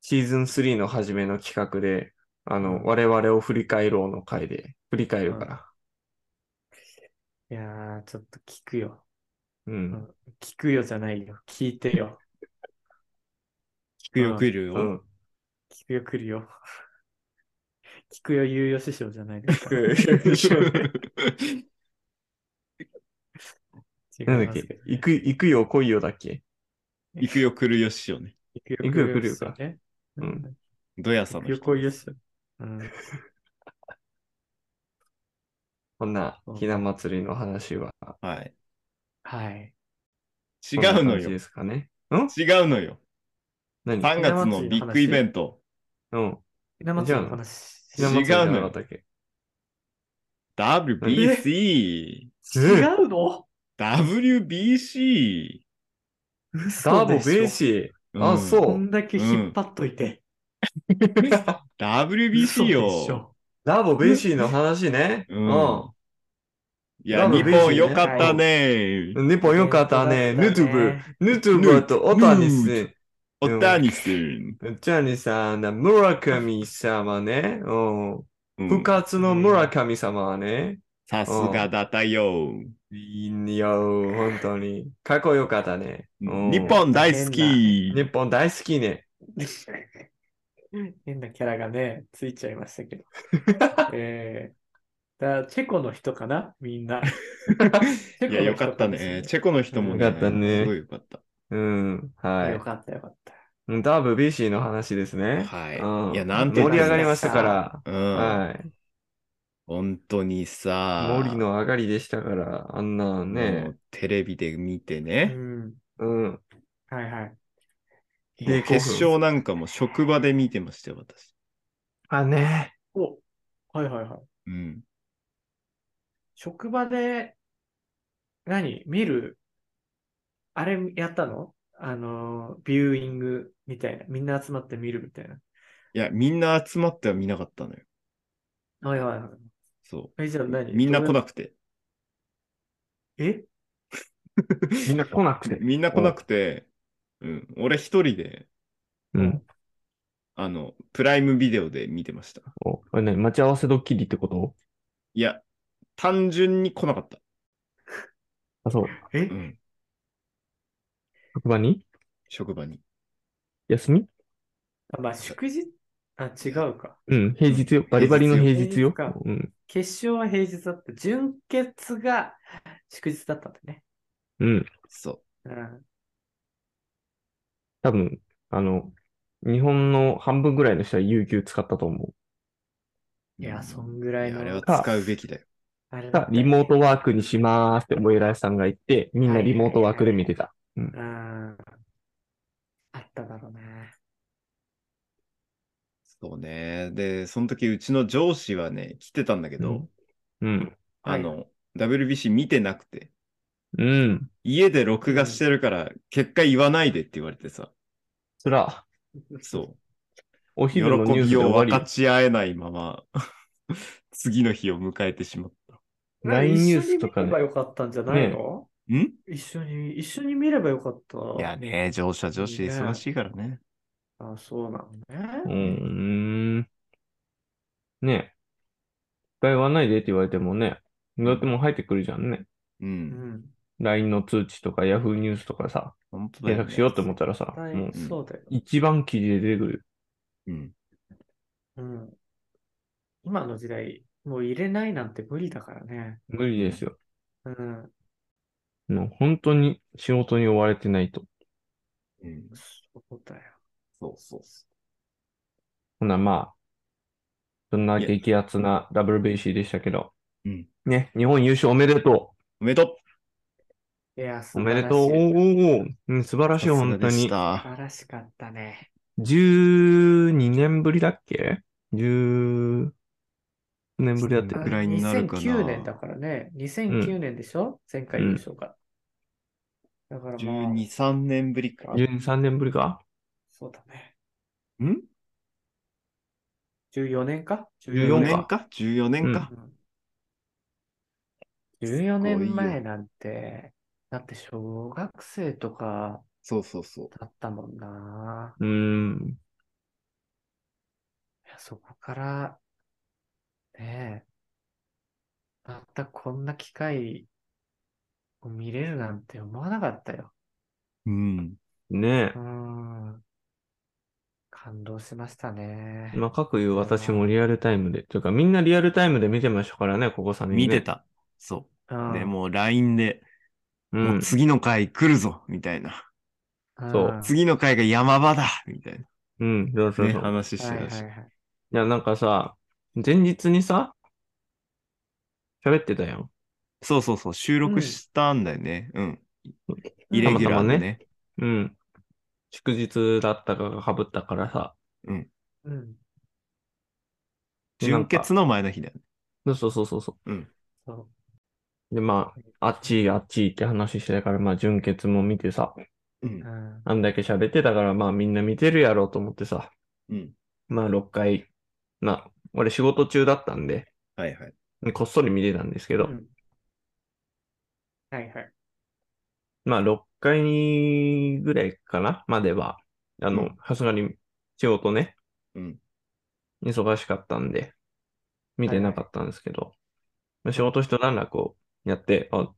[SPEAKER 1] シーズン3の初めの企画で、あの、
[SPEAKER 3] うん
[SPEAKER 1] 我々を振り返ろうの回で、振り返るから。
[SPEAKER 3] いやー、ちょっと聞くよ。
[SPEAKER 1] うん。
[SPEAKER 3] ん聞くよじゃないよ。聞いてよ。
[SPEAKER 2] 聞くよ来る
[SPEAKER 1] う
[SPEAKER 2] よ。
[SPEAKER 1] ん。
[SPEAKER 3] 聞くよ来るよ。聞くよ、言う よ師匠じゃないです
[SPEAKER 1] 聞
[SPEAKER 3] か。
[SPEAKER 1] くよ
[SPEAKER 2] 聞
[SPEAKER 3] 違い
[SPEAKER 1] なんだ
[SPEAKER 3] ま
[SPEAKER 1] っ
[SPEAKER 3] す
[SPEAKER 1] け
[SPEAKER 3] けどね
[SPEAKER 1] 行く、行くよ来いよだっけ
[SPEAKER 2] 行くよ来るよ師匠ね。
[SPEAKER 3] 行く
[SPEAKER 1] 行くよ来るよか
[SPEAKER 3] 行くよね
[SPEAKER 1] う
[SPEAKER 3] うんん。
[SPEAKER 2] どやさの
[SPEAKER 3] 行くよ
[SPEAKER 2] 人。
[SPEAKER 3] 来いよっすよ。うん。
[SPEAKER 1] こんなひな祭りの話は。
[SPEAKER 2] はい。
[SPEAKER 3] はい。
[SPEAKER 2] 違
[SPEAKER 1] こんな
[SPEAKER 2] うの
[SPEAKER 1] 感じ
[SPEAKER 2] よ
[SPEAKER 1] で。すかね。ん
[SPEAKER 2] 違うのよ。
[SPEAKER 1] 何
[SPEAKER 2] 3月のビッグイベント。
[SPEAKER 1] うん。
[SPEAKER 3] ひな祭りの話。
[SPEAKER 1] ひな祭りじゃなかったっけ
[SPEAKER 2] WBC。
[SPEAKER 3] 違うの
[SPEAKER 2] WBC。
[SPEAKER 1] ダ
[SPEAKER 3] 嘘
[SPEAKER 1] ーボベ
[SPEAKER 3] でしょ
[SPEAKER 1] ーシ
[SPEAKER 2] うん
[SPEAKER 1] あそう
[SPEAKER 3] こんだけ引っ張っといて。
[SPEAKER 1] ー。
[SPEAKER 3] 嘘
[SPEAKER 2] WBC
[SPEAKER 3] でし
[SPEAKER 2] よ。
[SPEAKER 3] ょ
[SPEAKER 1] ダーボベーシーの話ね。
[SPEAKER 2] う
[SPEAKER 1] うんん。
[SPEAKER 2] いや、日
[SPEAKER 1] WBC
[SPEAKER 2] 本よかったね。
[SPEAKER 1] 日本よかったね。ヌトゥブ、ヌトゥブとオタニス。
[SPEAKER 2] おたにすん。
[SPEAKER 1] ジャニさん、村上様ね。うん。
[SPEAKER 2] うん
[SPEAKER 1] 部活の村上様はね。
[SPEAKER 2] さすがだったよ。
[SPEAKER 1] いいよ、本当に。かっこよかったね。うん
[SPEAKER 2] 日本大好き。
[SPEAKER 1] 日本大好きね。
[SPEAKER 3] 変なキャラがね、ついちゃいましたけど。えー、だチェコの人かなみんな。チェ
[SPEAKER 2] い
[SPEAKER 3] コ
[SPEAKER 2] や、
[SPEAKER 3] の
[SPEAKER 2] よ
[SPEAKER 3] 人
[SPEAKER 2] かった
[SPEAKER 3] です
[SPEAKER 2] ね。チェコの人もね。
[SPEAKER 1] よかったね
[SPEAKER 2] すごいよかった。
[SPEAKER 1] うん。
[SPEAKER 3] よ
[SPEAKER 1] は
[SPEAKER 3] かったよかった。
[SPEAKER 1] い。WBC の話ですね。う
[SPEAKER 2] はい。
[SPEAKER 1] ん
[SPEAKER 2] いや、なんて
[SPEAKER 1] 盛り上が
[SPEAKER 2] り
[SPEAKER 1] りましたから。
[SPEAKER 2] うん。
[SPEAKER 1] はい。
[SPEAKER 2] 本当にさ。
[SPEAKER 1] 森の上がりでしたから、あんな
[SPEAKER 2] も
[SPEAKER 1] ね。
[SPEAKER 2] うテレビで見て
[SPEAKER 3] う
[SPEAKER 2] ね。
[SPEAKER 3] ん。
[SPEAKER 1] うん。
[SPEAKER 3] はいはい。
[SPEAKER 1] で
[SPEAKER 2] もう決勝なんかも職場で見てましたよ、私。
[SPEAKER 1] あ、ね。
[SPEAKER 3] おはいはいは
[SPEAKER 2] う
[SPEAKER 3] い。
[SPEAKER 2] ん。
[SPEAKER 3] 職場で、何見るあれやったのあの、ビューイングみたいな。みんな集まって見るみたい
[SPEAKER 2] いや、みんな集まっては見なかったのよ。
[SPEAKER 3] な。はいはいはい。
[SPEAKER 2] そ
[SPEAKER 3] え、じゃあ
[SPEAKER 2] う。
[SPEAKER 3] 何
[SPEAKER 2] みんな来な
[SPEAKER 3] く
[SPEAKER 2] くて。
[SPEAKER 3] え
[SPEAKER 1] みんな来なくて。
[SPEAKER 2] みんな来なくて、うん。俺一人で、
[SPEAKER 1] うん。
[SPEAKER 2] あの、プライムビデオで見てました。
[SPEAKER 1] おこれね、待ち合わせドッキリってこと
[SPEAKER 2] いや、単純に来なかった。
[SPEAKER 1] あ、そう。
[SPEAKER 3] え
[SPEAKER 2] うん。
[SPEAKER 1] 職場に
[SPEAKER 2] 職場に。
[SPEAKER 1] 休み
[SPEAKER 3] あまあ、祝日あ、違うか。
[SPEAKER 1] うん。平日よ。バリバリの平日よ。
[SPEAKER 3] 平日か
[SPEAKER 1] うん。
[SPEAKER 3] 決勝は平日だった。準決が祝日だったんだね。
[SPEAKER 1] うん。
[SPEAKER 2] そ
[SPEAKER 3] うん。
[SPEAKER 1] 多分、あの、日本の半分ぐらいの人は有給使ったと思
[SPEAKER 2] う。
[SPEAKER 3] いや、そん
[SPEAKER 2] ぐ
[SPEAKER 3] ぐらいの。
[SPEAKER 2] あれは使うべきだよ。
[SPEAKER 3] あれ
[SPEAKER 1] う。
[SPEAKER 3] だ
[SPEAKER 1] さ
[SPEAKER 3] っ
[SPEAKER 1] あ
[SPEAKER 3] たよ
[SPEAKER 1] リモートワークにしまーすってお偉いさんが言って、みんなリモートワークで見てた。
[SPEAKER 3] うん。あっただろうね。
[SPEAKER 2] そうね。で、その時、うちの上司はね、来てたんだけど、
[SPEAKER 1] うんうん。
[SPEAKER 2] あの、WBC 見てなくて、
[SPEAKER 1] うん。
[SPEAKER 2] 家で録画してるから、結果言わないでって言われてさ、
[SPEAKER 1] そら、
[SPEAKER 2] そう。
[SPEAKER 1] お
[SPEAKER 2] 喜
[SPEAKER 1] 昼のニュースで
[SPEAKER 2] びを
[SPEAKER 1] 終
[SPEAKER 2] 分
[SPEAKER 1] わ
[SPEAKER 2] か
[SPEAKER 1] り。
[SPEAKER 2] ち合えないまま、 次の日を迎えてしまっ
[SPEAKER 1] LINE ニュースとか
[SPEAKER 3] 一緒に見
[SPEAKER 1] ね
[SPEAKER 3] れば。よかったんじゃないの、
[SPEAKER 2] た。ん
[SPEAKER 3] 一緒に、一緒に見ればよかった。
[SPEAKER 2] いやね、上司は上司で忙しいからね。
[SPEAKER 3] あ、そうなの
[SPEAKER 1] うーん。
[SPEAKER 3] ね。
[SPEAKER 1] ねえ。いっぱい言わないでって言われてもね、どうやっても入ってくるじゃんね。
[SPEAKER 2] う。
[SPEAKER 3] うんん。
[SPEAKER 1] LINE の通知とか Yahoo ニュースとかさ、
[SPEAKER 2] 本当だよ、ね。
[SPEAKER 1] 検索しようと思ったらさ、もう
[SPEAKER 3] 絶対そうだよ。
[SPEAKER 1] 一番記事で出てくる。
[SPEAKER 2] うん。
[SPEAKER 3] うん。今の時代、もう入れないなんて無理だからね。
[SPEAKER 1] 無理ですよ。
[SPEAKER 3] うん。
[SPEAKER 1] もう本当に仕事に追われてないと。
[SPEAKER 2] うん。
[SPEAKER 3] そうだよ。
[SPEAKER 2] そうそうそ
[SPEAKER 1] ほな、まあ、そんな激アツな WBC でしたけど、
[SPEAKER 2] う。うん。
[SPEAKER 1] ね、日本優勝おめでと
[SPEAKER 2] おめでと
[SPEAKER 3] いや、素
[SPEAKER 1] うお
[SPEAKER 3] 晴
[SPEAKER 1] めで
[SPEAKER 3] らしい
[SPEAKER 1] とうおーおーうん素晴
[SPEAKER 2] う
[SPEAKER 1] らしい、本当に
[SPEAKER 2] さす。
[SPEAKER 3] 素
[SPEAKER 2] が
[SPEAKER 3] 晴らしかったね。
[SPEAKER 1] 12年ぶりだっけ ?10 年ぶりだっ
[SPEAKER 2] ど
[SPEAKER 1] て
[SPEAKER 2] れ。ぐらいになるかな
[SPEAKER 3] 2009年だからね。2009年でしょ、前回優勝が。だから
[SPEAKER 2] でし
[SPEAKER 3] ま
[SPEAKER 2] た。
[SPEAKER 3] あ、
[SPEAKER 2] 12、3年ぶりか。
[SPEAKER 1] 12、3年ぶりか
[SPEAKER 3] そうだね。
[SPEAKER 2] ん
[SPEAKER 3] 14年か
[SPEAKER 2] ?14
[SPEAKER 1] 14
[SPEAKER 2] 年か ?14 年か。
[SPEAKER 3] うん14年前なんて、だって小学生とか
[SPEAKER 2] そうそうそう。
[SPEAKER 3] だったもんな。
[SPEAKER 1] うーん。
[SPEAKER 3] いやそこから、ねえ、またこんな機会を見れるなんて思わなかったよ。
[SPEAKER 2] うん。
[SPEAKER 1] ね
[SPEAKER 3] うーん。感動しましたね
[SPEAKER 1] え。。まあ、各言う私もリアルタイムで。というか、みんなリアルタイムで見てましたからね、ここ3年、ね。
[SPEAKER 2] 見て。た。そう。
[SPEAKER 3] うん
[SPEAKER 2] で、もう LINE で、
[SPEAKER 1] う。
[SPEAKER 2] もうん次の回来るぞ、みたいな。
[SPEAKER 1] そう
[SPEAKER 3] うん
[SPEAKER 2] 次の回が山場だ、みたい
[SPEAKER 1] うん。そうそ
[SPEAKER 2] な、
[SPEAKER 1] う
[SPEAKER 2] ね、
[SPEAKER 1] そう。
[SPEAKER 2] 話して
[SPEAKER 3] はいは
[SPEAKER 2] たし
[SPEAKER 3] い。はい。
[SPEAKER 1] いや、なんかさ、前日にさ、喋ってたやん。
[SPEAKER 2] そうそうそう、収録したんだよね。うん。イレギュラー
[SPEAKER 1] たまたまね
[SPEAKER 2] でね。
[SPEAKER 1] うん。祝日だったかが被ったからさ。
[SPEAKER 3] うん。
[SPEAKER 1] で
[SPEAKER 2] 純潔の前の日だよね。
[SPEAKER 1] そうそうそうそ。
[SPEAKER 3] そう
[SPEAKER 1] で、まあ、あっちいあっちいって話してたから、まあ、純潔も見てさ、
[SPEAKER 2] う。
[SPEAKER 3] う。うんん。
[SPEAKER 1] あんだけ喋ってたから、まあ、みんな見てるやろうと思ってさ、
[SPEAKER 2] うん。
[SPEAKER 1] まあ、6回、まあ、俺仕事中だったんで、
[SPEAKER 2] はいはい。
[SPEAKER 1] こっそり見てたんですけど、
[SPEAKER 3] うんはいはい。
[SPEAKER 1] まあ、6回ぐらいかなまでは、あ
[SPEAKER 2] う
[SPEAKER 1] の
[SPEAKER 2] ん、
[SPEAKER 1] さすがに仕事ね、
[SPEAKER 2] うん。
[SPEAKER 1] 忙しかったんで、見てなかったんですけど、まあ仕事一段落をやって、あ、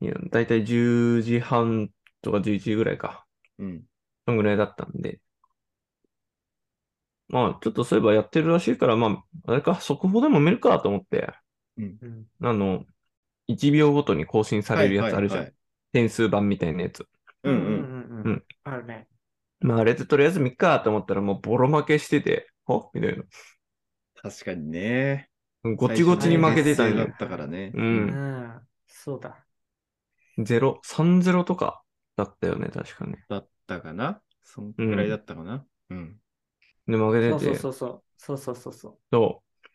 [SPEAKER 1] いやだいたい10時半とか11時ぐらいか、
[SPEAKER 2] うん。
[SPEAKER 1] そんぐらいだったんで、まあ、ちょっとそういえばやってるらしいから、まあ、あれか、速報でも見るかと思って、
[SPEAKER 3] うん。
[SPEAKER 1] あの、1秒ごとに更新されるやつあるじゃん。
[SPEAKER 2] はい
[SPEAKER 1] 点数版みたいなやつ。
[SPEAKER 2] はいはい。うんうん。
[SPEAKER 3] ん
[SPEAKER 1] うん。
[SPEAKER 3] あるね。
[SPEAKER 1] まあ、あれでとりあえず見っかと思ったら、もうボロ負けしてて、おみたいな。
[SPEAKER 2] 確かにね。
[SPEAKER 1] ごちごちに負けてたん
[SPEAKER 2] 最初の
[SPEAKER 1] よ
[SPEAKER 2] 劣勢だ。ったからね。
[SPEAKER 1] う
[SPEAKER 3] うんん。そうだ。
[SPEAKER 1] ゼロ、三ゼロとかだったよね、確かね。
[SPEAKER 2] だったかなそんくらいだったかなうん。
[SPEAKER 1] で、負け
[SPEAKER 3] そう
[SPEAKER 1] て
[SPEAKER 3] そ
[SPEAKER 1] て、
[SPEAKER 3] うそうそう。そうそうそうそう。
[SPEAKER 1] そう。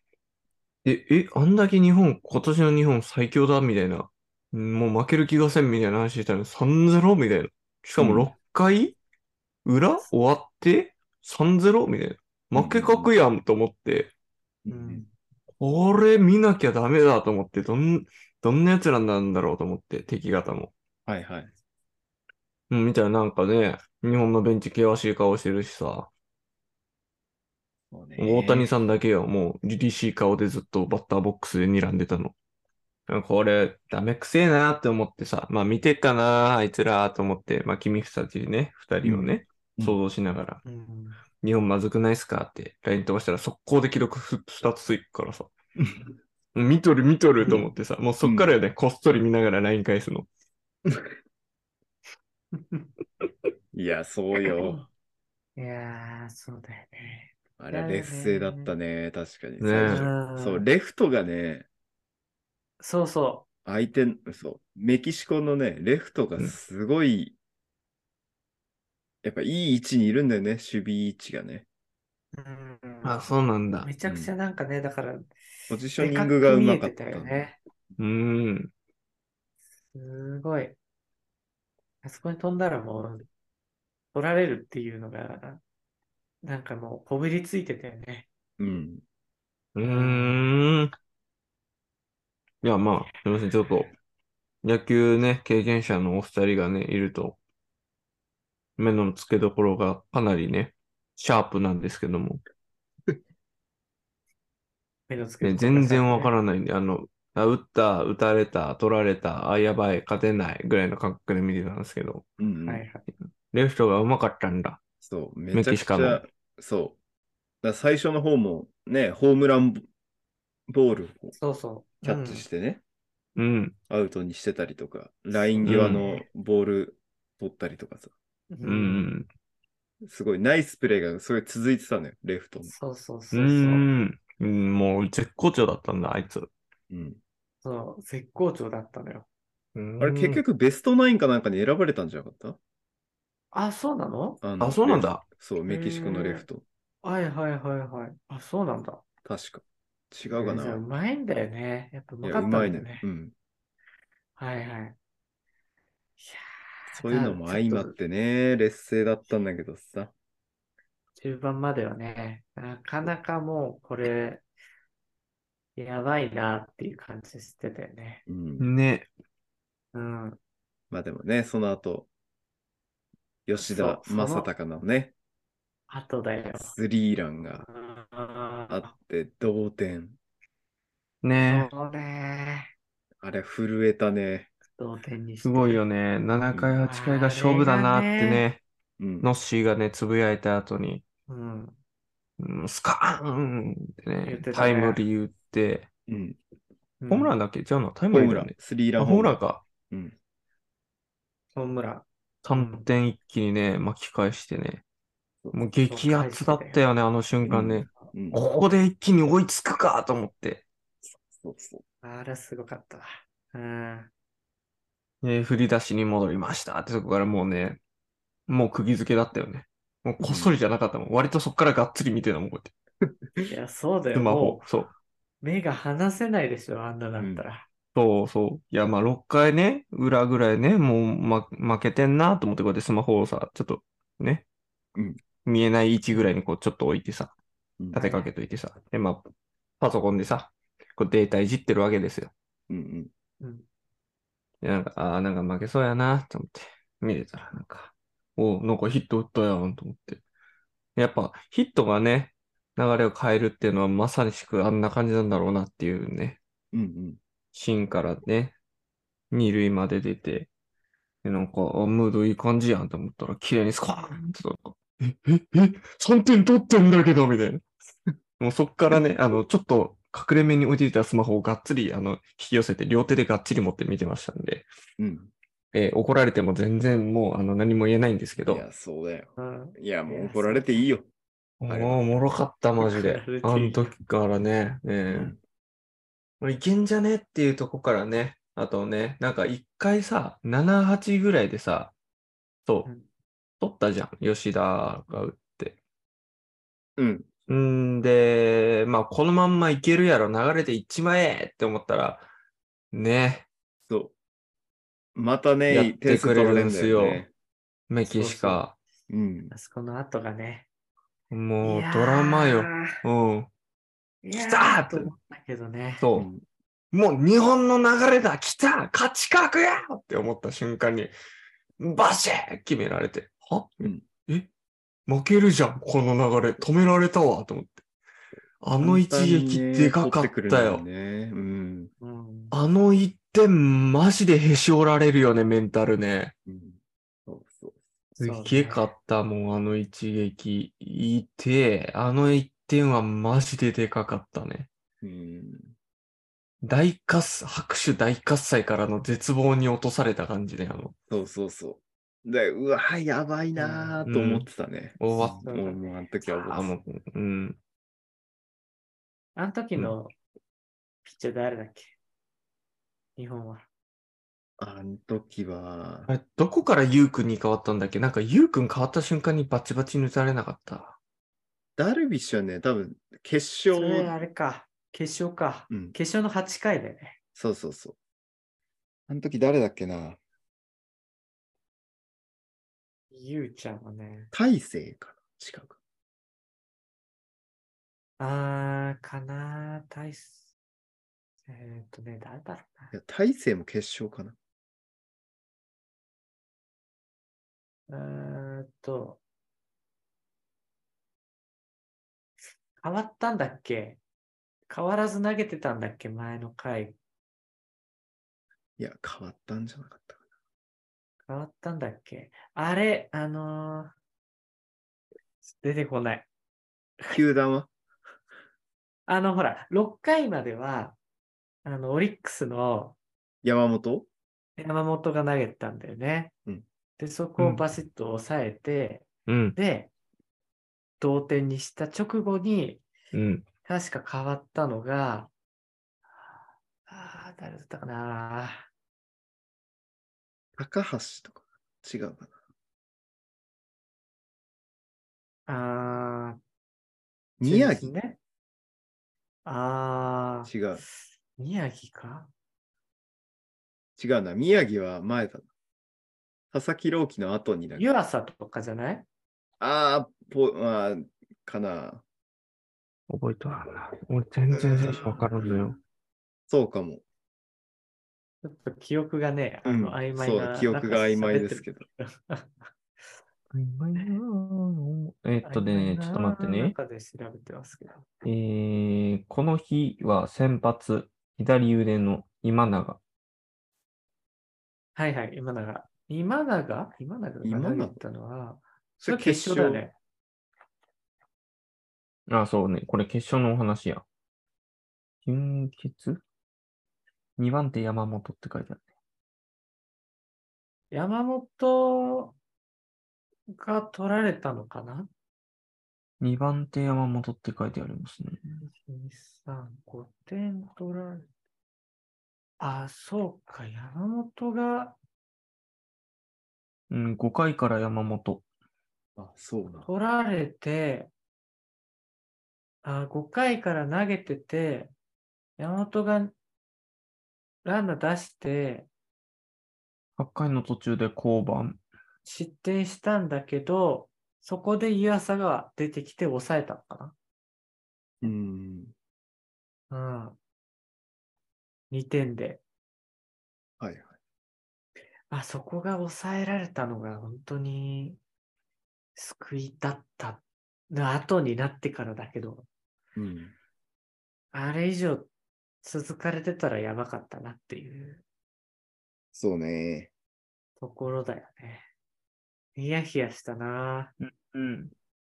[SPEAKER 1] え、え、あんだけ日本、今年の日本最強だ、みたいな。もう負ける気がせん、みたいな話してたのに、3ゼロみたいな。しかも
[SPEAKER 2] うん
[SPEAKER 1] 6回、裏終わって、3ゼロみたいな。負けかくやんと思って、
[SPEAKER 3] うん
[SPEAKER 1] これ見なきゃダメだと思って、どん、どんな奴らなんだろうと思って、敵方も。
[SPEAKER 2] はいはい。
[SPEAKER 1] うん、みたいな、なんかね、日本のベンチ険しい顔してるしさ、
[SPEAKER 2] そうね
[SPEAKER 1] 大谷さんだけよ、もう、凛々しい顔でずっとバッターボックスで睨んでたの。これ、ダメくせえなって思ってさ、まあ見てっかな、あいつらと思って、まあ君たちね、二人をね、
[SPEAKER 2] うん
[SPEAKER 1] 想像しながら、
[SPEAKER 3] うん。
[SPEAKER 1] 日本まずくないっすかって LINE 飛ばしたら、速攻で記録ふ二つついくからさ、見とる見とると思ってさ、もうそっからよね、こっそり見ながら LINE 返すの。
[SPEAKER 2] いや、そうよ。
[SPEAKER 3] いやー、そうだよね。
[SPEAKER 2] あれは劣勢だったね。確かに。
[SPEAKER 1] ね
[SPEAKER 2] 最初
[SPEAKER 3] うん
[SPEAKER 2] そう、レフトがね、
[SPEAKER 3] そうそ
[SPEAKER 2] 相手の、そう、メキシコのね、レフトがすごい、やっぱいい位置にいるんだよね、守備位置がね。
[SPEAKER 3] う。うん
[SPEAKER 1] あ、そうなんだ
[SPEAKER 3] め。ちゃくちゃなんかね、だから、
[SPEAKER 2] ポジショニングがうまかっ
[SPEAKER 3] でく
[SPEAKER 2] た
[SPEAKER 3] 見えてたよね。
[SPEAKER 1] うーん。
[SPEAKER 3] すごい。あそこに飛んだらもう、取られるっていうのが、なんかもう、こびりついてたよね。
[SPEAKER 2] うん。
[SPEAKER 1] うーん。いや、まあ、すみません。ちょっと、野球ね、経験者のお二人がね、いると、目の付けどころがかなりね、シャープなんですけども、
[SPEAKER 3] 目のつけ
[SPEAKER 1] ね、全然わからないんで、あの、あ、打った、打たれた、取られた、あ、やばい、勝てないぐらいの感覚で見てたんですけど、
[SPEAKER 2] うん、うん
[SPEAKER 3] はいはい。
[SPEAKER 1] レフトがうまかったんだ。
[SPEAKER 2] そう、め
[SPEAKER 1] メ
[SPEAKER 2] ちゃ
[SPEAKER 1] キ
[SPEAKER 2] く
[SPEAKER 1] シ
[SPEAKER 2] ち
[SPEAKER 1] カ
[SPEAKER 2] ゃ
[SPEAKER 1] の、
[SPEAKER 2] そう。だから最初の方もね、ホームランボールを
[SPEAKER 3] そうそう。
[SPEAKER 2] キャッチしてね、
[SPEAKER 1] うん、
[SPEAKER 2] アウトにしてたりとか、ライン際のボール取ったりとかさ、
[SPEAKER 3] うん
[SPEAKER 1] う。ん、
[SPEAKER 2] すごいナイスプレーがそれ続いてたのよ、レフトも。
[SPEAKER 3] そうそう
[SPEAKER 1] う
[SPEAKER 3] そう
[SPEAKER 1] ー
[SPEAKER 3] そう。
[SPEAKER 1] ん、うんもう絶好調だったんだ、あいつ。
[SPEAKER 2] うん、
[SPEAKER 3] そう、絶好調だったのよ。
[SPEAKER 2] あれ結
[SPEAKER 1] うん、
[SPEAKER 2] 局ベストナインかなんかに選ばれたんじゃなかった
[SPEAKER 3] あ、そうなの
[SPEAKER 2] あの
[SPEAKER 1] あ、そうなんだ。
[SPEAKER 2] レフそう、メキシコのレフト。
[SPEAKER 3] はいはいはいはい。あ、そうなんだ。
[SPEAKER 2] 確か。違うかな
[SPEAKER 3] じゃあうまいんだよね。やっぱう
[SPEAKER 2] い
[SPEAKER 3] ま
[SPEAKER 2] や、
[SPEAKER 3] か
[SPEAKER 2] う
[SPEAKER 3] ったん
[SPEAKER 2] ま
[SPEAKER 3] だ
[SPEAKER 2] いね
[SPEAKER 3] よね。。
[SPEAKER 2] うん。
[SPEAKER 3] はいはい。いやー
[SPEAKER 2] そういうのも相まっ。
[SPEAKER 3] ちょ
[SPEAKER 2] てね、劣勢だったんだけどさ。
[SPEAKER 3] と中盤まではね、なかなかもうこれ、やばいなっていう感じしてたよね。
[SPEAKER 2] うん。
[SPEAKER 1] ね、
[SPEAKER 3] うん。
[SPEAKER 2] まあでもね、その後、吉田
[SPEAKER 3] そうその
[SPEAKER 2] 正尚のね、
[SPEAKER 3] あとだよ。
[SPEAKER 2] スリーランがあ
[SPEAKER 3] あ
[SPEAKER 2] って、同点。
[SPEAKER 1] ね。
[SPEAKER 3] そうね。
[SPEAKER 2] あれ、震えたね。
[SPEAKER 3] 同点にして
[SPEAKER 1] すごいよね。7回、8回が勝負だなってね、
[SPEAKER 2] うん。
[SPEAKER 1] ノッシーがね、つぶやいた後に、
[SPEAKER 3] うん。
[SPEAKER 1] うん、スカーンって
[SPEAKER 3] 言
[SPEAKER 1] ね
[SPEAKER 3] ってたね
[SPEAKER 1] タイムリー打って、
[SPEAKER 2] うん、
[SPEAKER 1] ホームラン
[SPEAKER 3] ン
[SPEAKER 1] だっけじゃあな、タイ
[SPEAKER 2] ホ
[SPEAKER 1] ム
[SPEAKER 2] ー
[SPEAKER 1] リー
[SPEAKER 2] ム
[SPEAKER 1] だよ
[SPEAKER 2] ラン
[SPEAKER 1] ね。、
[SPEAKER 2] スリーラ
[SPEAKER 1] あ
[SPEAKER 2] ン
[SPEAKER 1] ホームラン
[SPEAKER 2] か。
[SPEAKER 1] か。
[SPEAKER 2] うん。
[SPEAKER 3] ホームラン。
[SPEAKER 1] 3点一気にね、巻き返してね。もう
[SPEAKER 3] そう
[SPEAKER 1] 激アツだったよね、あの瞬間ね。
[SPEAKER 2] うん。
[SPEAKER 1] ここで一気に追いつくかと思って。
[SPEAKER 2] そうそう。
[SPEAKER 3] あれはすごかったな。うん。
[SPEAKER 1] えー振り出しに戻りましたってとこからもうね、もう釘付けだったよね。もうこっそりじゃなかったもん。割とそっからがっつり見てたもん、こうやっ
[SPEAKER 3] いや、そうだ
[SPEAKER 1] て。
[SPEAKER 3] よ。
[SPEAKER 1] スマホ
[SPEAKER 3] も。
[SPEAKER 1] そう。
[SPEAKER 3] う目が離せないでしょ、あんなだったら。
[SPEAKER 1] そうそう。いや、まあ、6回ね、裏ぐらいね、もう、ま、負けてんなと思って、こうやってスマホをさ、ちょっとね、
[SPEAKER 2] うん
[SPEAKER 1] 見えない位置ぐらいにこう、ちょっと置いてさ、
[SPEAKER 2] うん
[SPEAKER 1] 立てかけといてさ、で、まあ、パソコンでさ、こうデータいじってるわけですよ。
[SPEAKER 2] うんうん。
[SPEAKER 3] うん。
[SPEAKER 1] で、なんか、ああ、なんか負けそうやなと思って、見てたら、なんか、おうなんかヒット打ったやんと思って。やっぱ、ヒットがね、流れを変えるっていうのは、まさしくあんな感じなんだろうなっていうね。
[SPEAKER 2] うんうん。
[SPEAKER 1] 芯からね、二塁まで出て、でなんか、あムードいい感じやんと思ったら、綺麗にスコーンってなんかえ、え、え、3点取ってんだけど、みたいな。もうそっからね、あの、ちょっと隠れ目に置いていたスマホをがっつり、あの、引き寄せて、両手でがっちり持って見てましたんで、
[SPEAKER 2] うん。
[SPEAKER 1] えー怒られても全然もう、あの、何も言えないんですけ
[SPEAKER 2] い
[SPEAKER 1] ど、
[SPEAKER 2] や、そうだよ。
[SPEAKER 3] うん。
[SPEAKER 2] いや、もう怒られていいよ。あれ
[SPEAKER 1] もう、おもろかった、マジで
[SPEAKER 3] 怒られ。ていい
[SPEAKER 1] あの時からね、ね
[SPEAKER 2] う
[SPEAKER 1] え
[SPEAKER 2] ん。
[SPEAKER 1] もういけんじゃねっていうとこからね、あとね、なんか一回さ、7、8ぐらいでさ、そう
[SPEAKER 3] うん、
[SPEAKER 1] 取ったじゃん、吉田が打って。
[SPEAKER 2] うん。
[SPEAKER 1] んで、まあ、このまんまいけるやろ、流れていっちまえって思ったら、ね、
[SPEAKER 2] そう。また
[SPEAKER 1] やっ
[SPEAKER 2] ね、
[SPEAKER 1] て
[SPEAKER 2] 点
[SPEAKER 1] く
[SPEAKER 2] 数
[SPEAKER 1] れ
[SPEAKER 2] 取
[SPEAKER 1] る
[SPEAKER 2] ら
[SPEAKER 1] ん
[SPEAKER 2] れんだよね。
[SPEAKER 1] メキシカ、
[SPEAKER 2] うん。
[SPEAKER 3] あそこの後がね。
[SPEAKER 1] もう
[SPEAKER 3] いやー
[SPEAKER 1] ドラマよ。。うん、
[SPEAKER 3] いや
[SPEAKER 1] 来たー
[SPEAKER 3] ーと思ったけどね。
[SPEAKER 1] そうう。
[SPEAKER 2] ん
[SPEAKER 1] もう日本の流れだ来た勝ち確やって思った瞬間に、バシッ決められて、は、
[SPEAKER 2] うん
[SPEAKER 1] え負けるじゃん、この流れ。止められたわ、と思って。あの一撃でかかっ
[SPEAKER 2] 簡単にね取てくるん
[SPEAKER 1] た
[SPEAKER 2] だ
[SPEAKER 1] よ。
[SPEAKER 2] ねうん。
[SPEAKER 3] うん。
[SPEAKER 1] あの一点、マジでへし折られるよね、メンタルね。
[SPEAKER 2] うんそうそう。
[SPEAKER 1] す
[SPEAKER 3] そう
[SPEAKER 1] げえかったもん、あの一撃。いて、あの一点はマジででかかったね。
[SPEAKER 2] うん。
[SPEAKER 1] 大喝、拍手大喝采からの絶望に落とされた感じで、あの、
[SPEAKER 2] そうそうそう。で、うわ、やばいなーと思ってたね。
[SPEAKER 1] 終わっ
[SPEAKER 3] うん
[SPEAKER 2] もう、もう、あの時は
[SPEAKER 1] あ、
[SPEAKER 2] 思って
[SPEAKER 1] もう、うん。
[SPEAKER 3] あの時のピッチャー誰だっけ日本は。
[SPEAKER 2] た。あの時は
[SPEAKER 1] あ、れ、どこからユウくんに変わったんだっけなんかユウくん変わった瞬間にバチバチに打たれなかった。
[SPEAKER 2] ダルビッシュはね、多分、決
[SPEAKER 3] それあ
[SPEAKER 2] 勝、
[SPEAKER 3] れか。決勝か。
[SPEAKER 2] うん、
[SPEAKER 3] 決勝の8回だよね。
[SPEAKER 2] そうそうそう。あの時誰だっけな
[SPEAKER 3] ゆうちゃんはね。
[SPEAKER 2] 大勢かな違うか。
[SPEAKER 3] あー、かなー、大す。えーっとね、誰だろうな。
[SPEAKER 2] いや、大勢も決勝かな
[SPEAKER 3] えーっと、変わったんだっけ変わらず投げてたんだっけ前の回。
[SPEAKER 2] いや、変わったんじゃなかったか
[SPEAKER 3] 変わったんだっけあれ、あのー出てこない。
[SPEAKER 2] な。球団は
[SPEAKER 3] あの、ほら、6回までは、あの、オリックスの
[SPEAKER 2] 山本
[SPEAKER 3] 山本が投げてたんだよね。
[SPEAKER 2] うん
[SPEAKER 3] で、そこ
[SPEAKER 1] う
[SPEAKER 3] を
[SPEAKER 1] ん
[SPEAKER 3] バシッと抑えて、
[SPEAKER 1] うん、
[SPEAKER 3] で、同点にした直後に、
[SPEAKER 1] うん。
[SPEAKER 3] 確か変わったのが、あー誰だったかな
[SPEAKER 2] 高橋とか違うか
[SPEAKER 3] あー
[SPEAKER 2] な。宮
[SPEAKER 3] そう
[SPEAKER 2] 城、
[SPEAKER 3] ですね。あー
[SPEAKER 2] 違う。
[SPEAKER 3] 宮城か
[SPEAKER 2] 違うな。宮城は前だな。佐々木朗希の後にだ
[SPEAKER 3] 湯浅とかじゃない
[SPEAKER 2] ああ、ぽ、あー、かな。
[SPEAKER 1] 覚えとらんな。俺全然選手わからんのよ。
[SPEAKER 2] そうかも。
[SPEAKER 3] ちょっと記憶がね、あ
[SPEAKER 2] うん
[SPEAKER 3] の曖昧
[SPEAKER 2] そ
[SPEAKER 3] な、
[SPEAKER 2] うだ、記憶が曖昧ですけ
[SPEAKER 3] ど。
[SPEAKER 2] ど。
[SPEAKER 1] えっとね、ちょっと待ってね。
[SPEAKER 3] 中で調べてますけど。
[SPEAKER 1] えー、この日は先発、左腕の今永。
[SPEAKER 3] はいはい、今永。今永
[SPEAKER 2] 今
[SPEAKER 3] 今永が投
[SPEAKER 2] 永
[SPEAKER 3] げてたのは、それは決勝だよね。
[SPEAKER 1] あ、そうね。これ決勝のお話や。準決 ?2 番手山本って書いてあるね。
[SPEAKER 3] 山本が取られたのかな
[SPEAKER 1] 2番手山本って書いてありますね。
[SPEAKER 3] 1 2 3 5点取られあ、そうか、山本が
[SPEAKER 1] うん、5回から山本。
[SPEAKER 2] あ、そうな。
[SPEAKER 3] 取られて、あ、5回から投げてて、山本がランナー出して
[SPEAKER 1] 8回の途中で降板。
[SPEAKER 3] 失点したんだけど、そこで湯浅が出てきて抑えたのか
[SPEAKER 2] う
[SPEAKER 3] な
[SPEAKER 2] ん。
[SPEAKER 3] うん。2点で。
[SPEAKER 2] はいはい。
[SPEAKER 3] あそこが抑えられたのが本当に救いだった。の後になってからだけど、
[SPEAKER 2] うん。
[SPEAKER 3] あれ以上続かれてたらやばかったなっていう
[SPEAKER 2] そうね。
[SPEAKER 3] ところだよね。ヒヤヒヤしたな
[SPEAKER 1] うん。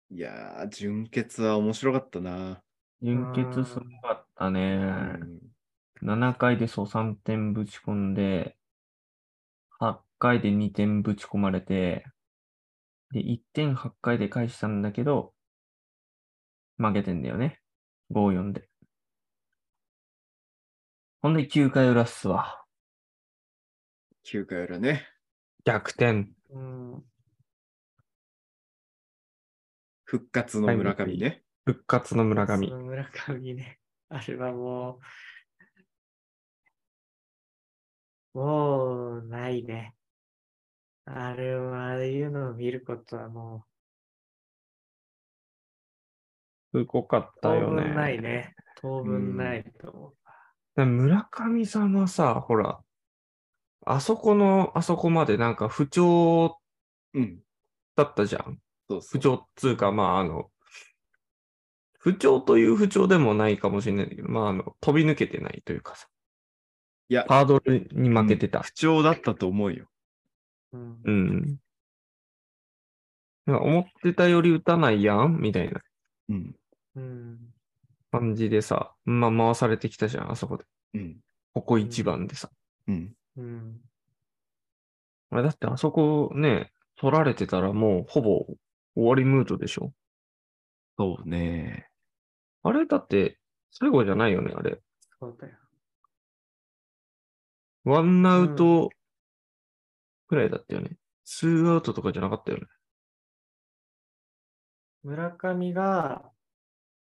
[SPEAKER 2] いやー、純潔は面白かったな。
[SPEAKER 1] 連結すごかったね。
[SPEAKER 2] うん。
[SPEAKER 1] 7回でそう3点ぶち込んで、8回で2点ぶち込まれて、で、1点8回で返したんだけど、負けてんだよね。5-4で。ほんで9回裏っすわ。
[SPEAKER 2] 9回裏ね。
[SPEAKER 1] 逆転。
[SPEAKER 3] うん。
[SPEAKER 2] 復活の村上ね。
[SPEAKER 1] 復活の村
[SPEAKER 3] そ
[SPEAKER 1] 上。
[SPEAKER 3] の村上ね。あれはもう、もうないね。あれは、ああいうのを見ることはも
[SPEAKER 1] すごかっ
[SPEAKER 3] う、当
[SPEAKER 1] たよ
[SPEAKER 3] 分
[SPEAKER 1] ね。
[SPEAKER 3] ないね。当分ないと思う。
[SPEAKER 1] で村上さんはさ、ほら、あそこの、あそこまでなんか不調
[SPEAKER 2] うん。
[SPEAKER 1] だったじゃん。
[SPEAKER 2] そうそ
[SPEAKER 1] 不
[SPEAKER 2] う。
[SPEAKER 1] 調っつうか、まあ、あの、不調という不調でもないかもしれないけど、まあ、あの、飛び抜けてないというかさ、
[SPEAKER 2] いや、
[SPEAKER 1] ハードルに負けてた
[SPEAKER 2] 不。調だったと思うよ。
[SPEAKER 3] うん
[SPEAKER 1] うん。なんか思ってたより打たないやんみたいな
[SPEAKER 2] うん。
[SPEAKER 3] うん。
[SPEAKER 1] 感じでさ、まあ、回されてきたじゃん、あそこで。
[SPEAKER 2] うん。
[SPEAKER 1] ここ一番でさ。
[SPEAKER 2] うん。
[SPEAKER 3] うん。
[SPEAKER 1] あれだってあそこね、取られてたらもうほぼ終わりムードでしょ
[SPEAKER 2] そうね。
[SPEAKER 1] あれだって最後じゃないよね、あれ。
[SPEAKER 3] そうだよ。
[SPEAKER 1] ワンアウトくらいだったよね。ツーアウトとかじゃなかったよね。
[SPEAKER 3] 村上が、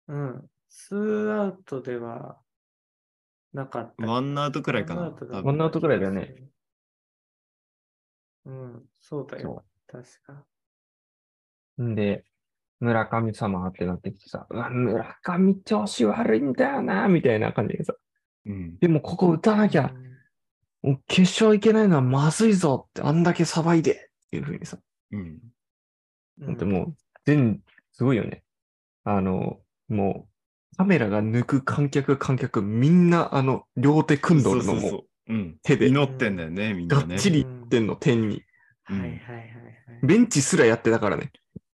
[SPEAKER 3] うん、ツーアウトではなかったけど
[SPEAKER 2] ワンアウトくらいかな
[SPEAKER 3] ワンアウトだ。
[SPEAKER 1] ワンアウトくらいだよね。
[SPEAKER 3] うん、そうだよ
[SPEAKER 1] そ。
[SPEAKER 3] 確か。
[SPEAKER 1] んで、村上様ってなってきてさ、うわ、村上調子悪いんだよな、みたいな感じでさ、
[SPEAKER 2] うん。
[SPEAKER 1] でもここ打たなきゃ、もう決勝いけないのはまずいぞって、あんだけさばいで、っていう風にさ、
[SPEAKER 2] うん。
[SPEAKER 3] う
[SPEAKER 1] だ
[SPEAKER 3] ん、
[SPEAKER 1] ってもう、全、すごいよね。あの、もう、カメラが抜く観客、観客、みんな、あの、両手組んどるの
[SPEAKER 2] そうそうそ
[SPEAKER 1] も、
[SPEAKER 2] う。うん。
[SPEAKER 1] 手で、
[SPEAKER 2] 祈ってんだよね、みん
[SPEAKER 1] が
[SPEAKER 2] な
[SPEAKER 1] っ
[SPEAKER 2] ね。
[SPEAKER 1] ちりいってんの、点に。
[SPEAKER 3] はいはいはいはい。
[SPEAKER 1] ベンチすらやってたからね。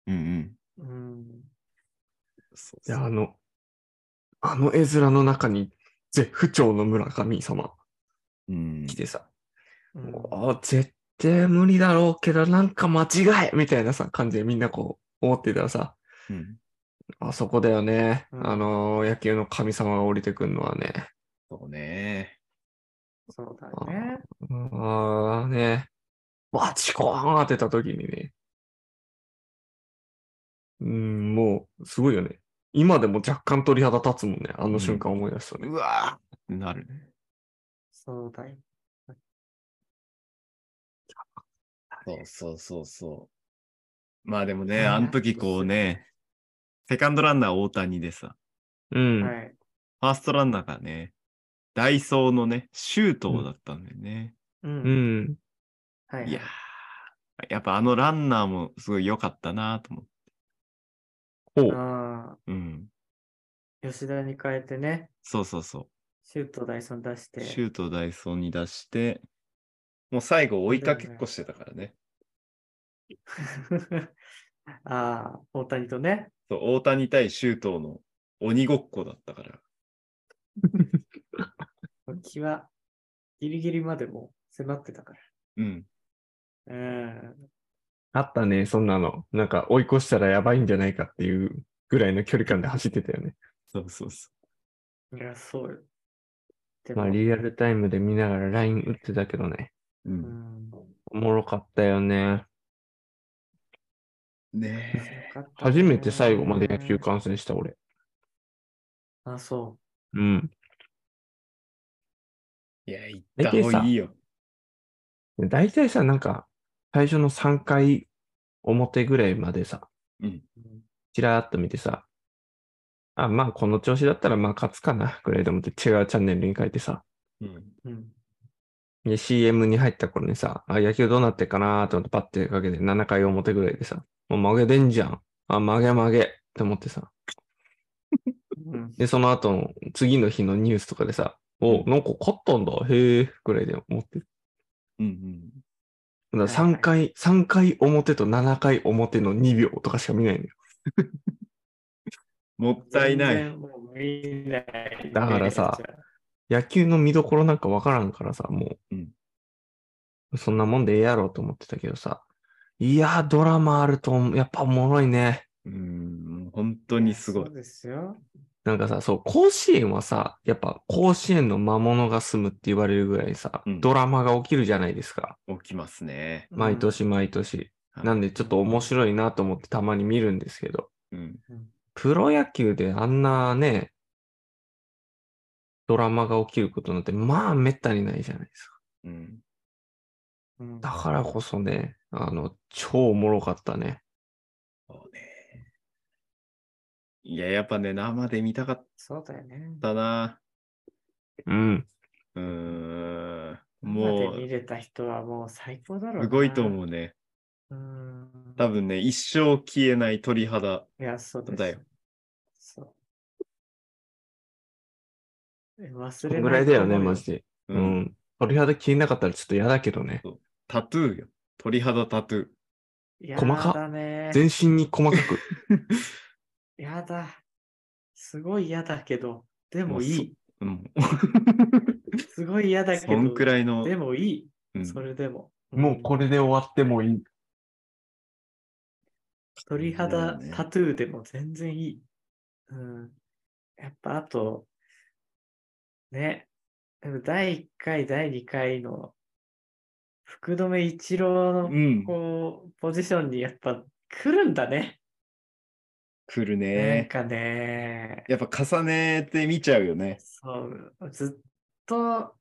[SPEAKER 2] うんうん。
[SPEAKER 3] うん、
[SPEAKER 2] そ
[SPEAKER 1] い
[SPEAKER 2] うそう
[SPEAKER 1] や、あの、あの絵面の中に、絶不調の村神様
[SPEAKER 2] うん
[SPEAKER 1] 来てさ、
[SPEAKER 3] うん
[SPEAKER 1] もうあー絶対無理だろうけど、なんか間違えみたいなさ、感じでみんなこう、思ってたらさ、
[SPEAKER 2] うん。
[SPEAKER 1] あそこだよね。
[SPEAKER 3] うん
[SPEAKER 1] あのー、野球の神様が降りてくるのはね。
[SPEAKER 2] そうね。
[SPEAKER 3] そうだね。
[SPEAKER 1] ああ、ね。バチコーン当てた時にね。うん、もう、すごいよね。今でも若干鳥肌立つもんね。あの瞬間思い出すとね。
[SPEAKER 2] うわーってなるね。
[SPEAKER 3] そうだよ。
[SPEAKER 2] そうそうそうそう。まあでもね、
[SPEAKER 3] ね
[SPEAKER 2] あの時こうね、セカンドランナー大谷でさ、
[SPEAKER 1] うん。
[SPEAKER 3] はい。
[SPEAKER 2] ファーストランナーがね、ダイソーのね、周東だったんだよね。
[SPEAKER 3] う。
[SPEAKER 1] うんん。
[SPEAKER 3] はいはい
[SPEAKER 2] いやー、やっぱあのランナーもすごい良かったなと思って。
[SPEAKER 1] ほう。
[SPEAKER 3] あ
[SPEAKER 2] うん。
[SPEAKER 3] ー吉田に変えてね、
[SPEAKER 2] そうそうそ
[SPEAKER 3] シュートダイソン出し
[SPEAKER 2] う。
[SPEAKER 3] て。
[SPEAKER 2] 周東ダイソーに出して、もう最後追いかけっこしてたからね。
[SPEAKER 3] ああ、大谷とね。
[SPEAKER 2] そう、大谷対周東の鬼ごっこだったから。
[SPEAKER 3] 気はギリギリまでも迫ってたから。
[SPEAKER 2] うん。
[SPEAKER 3] うん。
[SPEAKER 1] あったね、そんなの。なんか追い越したらやばいんじゃないかっていうぐらいの距離感で走ってたよね。
[SPEAKER 2] そうそうそ
[SPEAKER 3] いや、そうよ。で
[SPEAKER 1] まあ
[SPEAKER 3] も
[SPEAKER 1] リアルタイムで見ながら LINE 打ってたけどね。
[SPEAKER 2] う。う。
[SPEAKER 3] うんん。よ
[SPEAKER 1] おもろかったよね。
[SPEAKER 2] ね
[SPEAKER 3] かったね
[SPEAKER 1] 初めて最後まで野球。観戦した俺。
[SPEAKER 3] あ、そ
[SPEAKER 1] うん。
[SPEAKER 2] え。いや、行った方がいいよ。
[SPEAKER 1] で大体さ、なんか、最初の3回表ぐらいまでさ、
[SPEAKER 2] うん。
[SPEAKER 3] う。
[SPEAKER 1] ちらーっと見てさ、あ、まあこの調子だったらまあ勝つかなぐらいで思って違うチャンネルに変えてさ、
[SPEAKER 2] うん。
[SPEAKER 3] うん。
[SPEAKER 1] で CM に入った頃にさ、あ、野球どうなってっかなーと思ってパッてかけて7回表ぐらいでさ、もう曲げ出んじゃん。あ、曲げ曲げって思ってさ、
[SPEAKER 3] うん。
[SPEAKER 1] で、その後の次の日のニュースとかでさ、お、なんか勝ったんだ、へえ、ぐらいで思ってる。
[SPEAKER 2] うんうん。
[SPEAKER 1] だから3回、三回表と7回表の2秒とかしか見ないのよ。
[SPEAKER 2] もったいな
[SPEAKER 3] 全
[SPEAKER 2] い。
[SPEAKER 3] 然もう見ない
[SPEAKER 1] だからさ、野球の見どころなんかわからんからさ、もう、
[SPEAKER 2] うん
[SPEAKER 1] そんなもんでええやろうと思ってたけどさ、いやー、ドラマあると思う、やっぱおもろいね。
[SPEAKER 2] うん。本当にすごい
[SPEAKER 3] そう。ですよ。
[SPEAKER 1] なんかさ、そう、甲子園はさ、やっぱ甲子園の魔物が住むって言われるぐらいさ、
[SPEAKER 2] うん
[SPEAKER 1] ドラマが起きるじゃないですか。
[SPEAKER 2] 起きますね。
[SPEAKER 1] 毎年毎年。
[SPEAKER 2] はい
[SPEAKER 1] なんでちょっと面白いなと思ってたまに見るんですけど、
[SPEAKER 2] うん。
[SPEAKER 1] プロ野球であんなね、ドラマが起きることなんて、まあ、めったにないじゃないですか。
[SPEAKER 2] うん。
[SPEAKER 3] うん。
[SPEAKER 1] だからこそね、あの、超おもろかったね。
[SPEAKER 2] そうね。いや、やっぱね、生で見たかっ
[SPEAKER 3] そうだよね。
[SPEAKER 2] たな。
[SPEAKER 1] うん。
[SPEAKER 2] うーん。
[SPEAKER 3] も
[SPEAKER 2] も
[SPEAKER 3] う。見
[SPEAKER 2] う、
[SPEAKER 3] れた人はもう最高だろうな。
[SPEAKER 2] すごいと思うね。
[SPEAKER 3] うん。
[SPEAKER 2] 多分ね、一生消えない鳥肌。
[SPEAKER 3] いや、そうです
[SPEAKER 2] だよ。
[SPEAKER 3] そう。え忘
[SPEAKER 1] こ
[SPEAKER 3] れ
[SPEAKER 1] んぐらいだよね、
[SPEAKER 3] ないと思う
[SPEAKER 1] マジで。
[SPEAKER 2] う。
[SPEAKER 1] うんん。鳥肌消えなかったらちょっと嫌だけどね。
[SPEAKER 2] タトゥーよ。鳥肌タトゥー。
[SPEAKER 3] や
[SPEAKER 1] 細かっ
[SPEAKER 3] だね。
[SPEAKER 1] 全身に細かく。
[SPEAKER 3] やだ。すごい嫌だけど、で
[SPEAKER 2] も
[SPEAKER 3] も
[SPEAKER 2] う
[SPEAKER 3] いい。
[SPEAKER 2] うん。
[SPEAKER 3] すごい嫌だけ
[SPEAKER 2] そ
[SPEAKER 3] ど、
[SPEAKER 2] んくらいの。
[SPEAKER 3] でもい
[SPEAKER 2] うん
[SPEAKER 3] い。それでも。
[SPEAKER 1] もうこれで終わってもいい。
[SPEAKER 3] 鳥
[SPEAKER 2] だ
[SPEAKER 3] 肌
[SPEAKER 2] よね
[SPEAKER 3] タトゥーでも全然いい。うん。やっぱあと、ね、でも第1回、第2回の福留一
[SPEAKER 2] う
[SPEAKER 3] 郎の
[SPEAKER 2] ん。
[SPEAKER 3] こう、ポジションにやっぱ来るんだね。
[SPEAKER 2] 来る
[SPEAKER 3] なん
[SPEAKER 2] ね。
[SPEAKER 3] かね、
[SPEAKER 2] やっぱ重ねて見ちゃうよね。
[SPEAKER 3] そう、ずっと、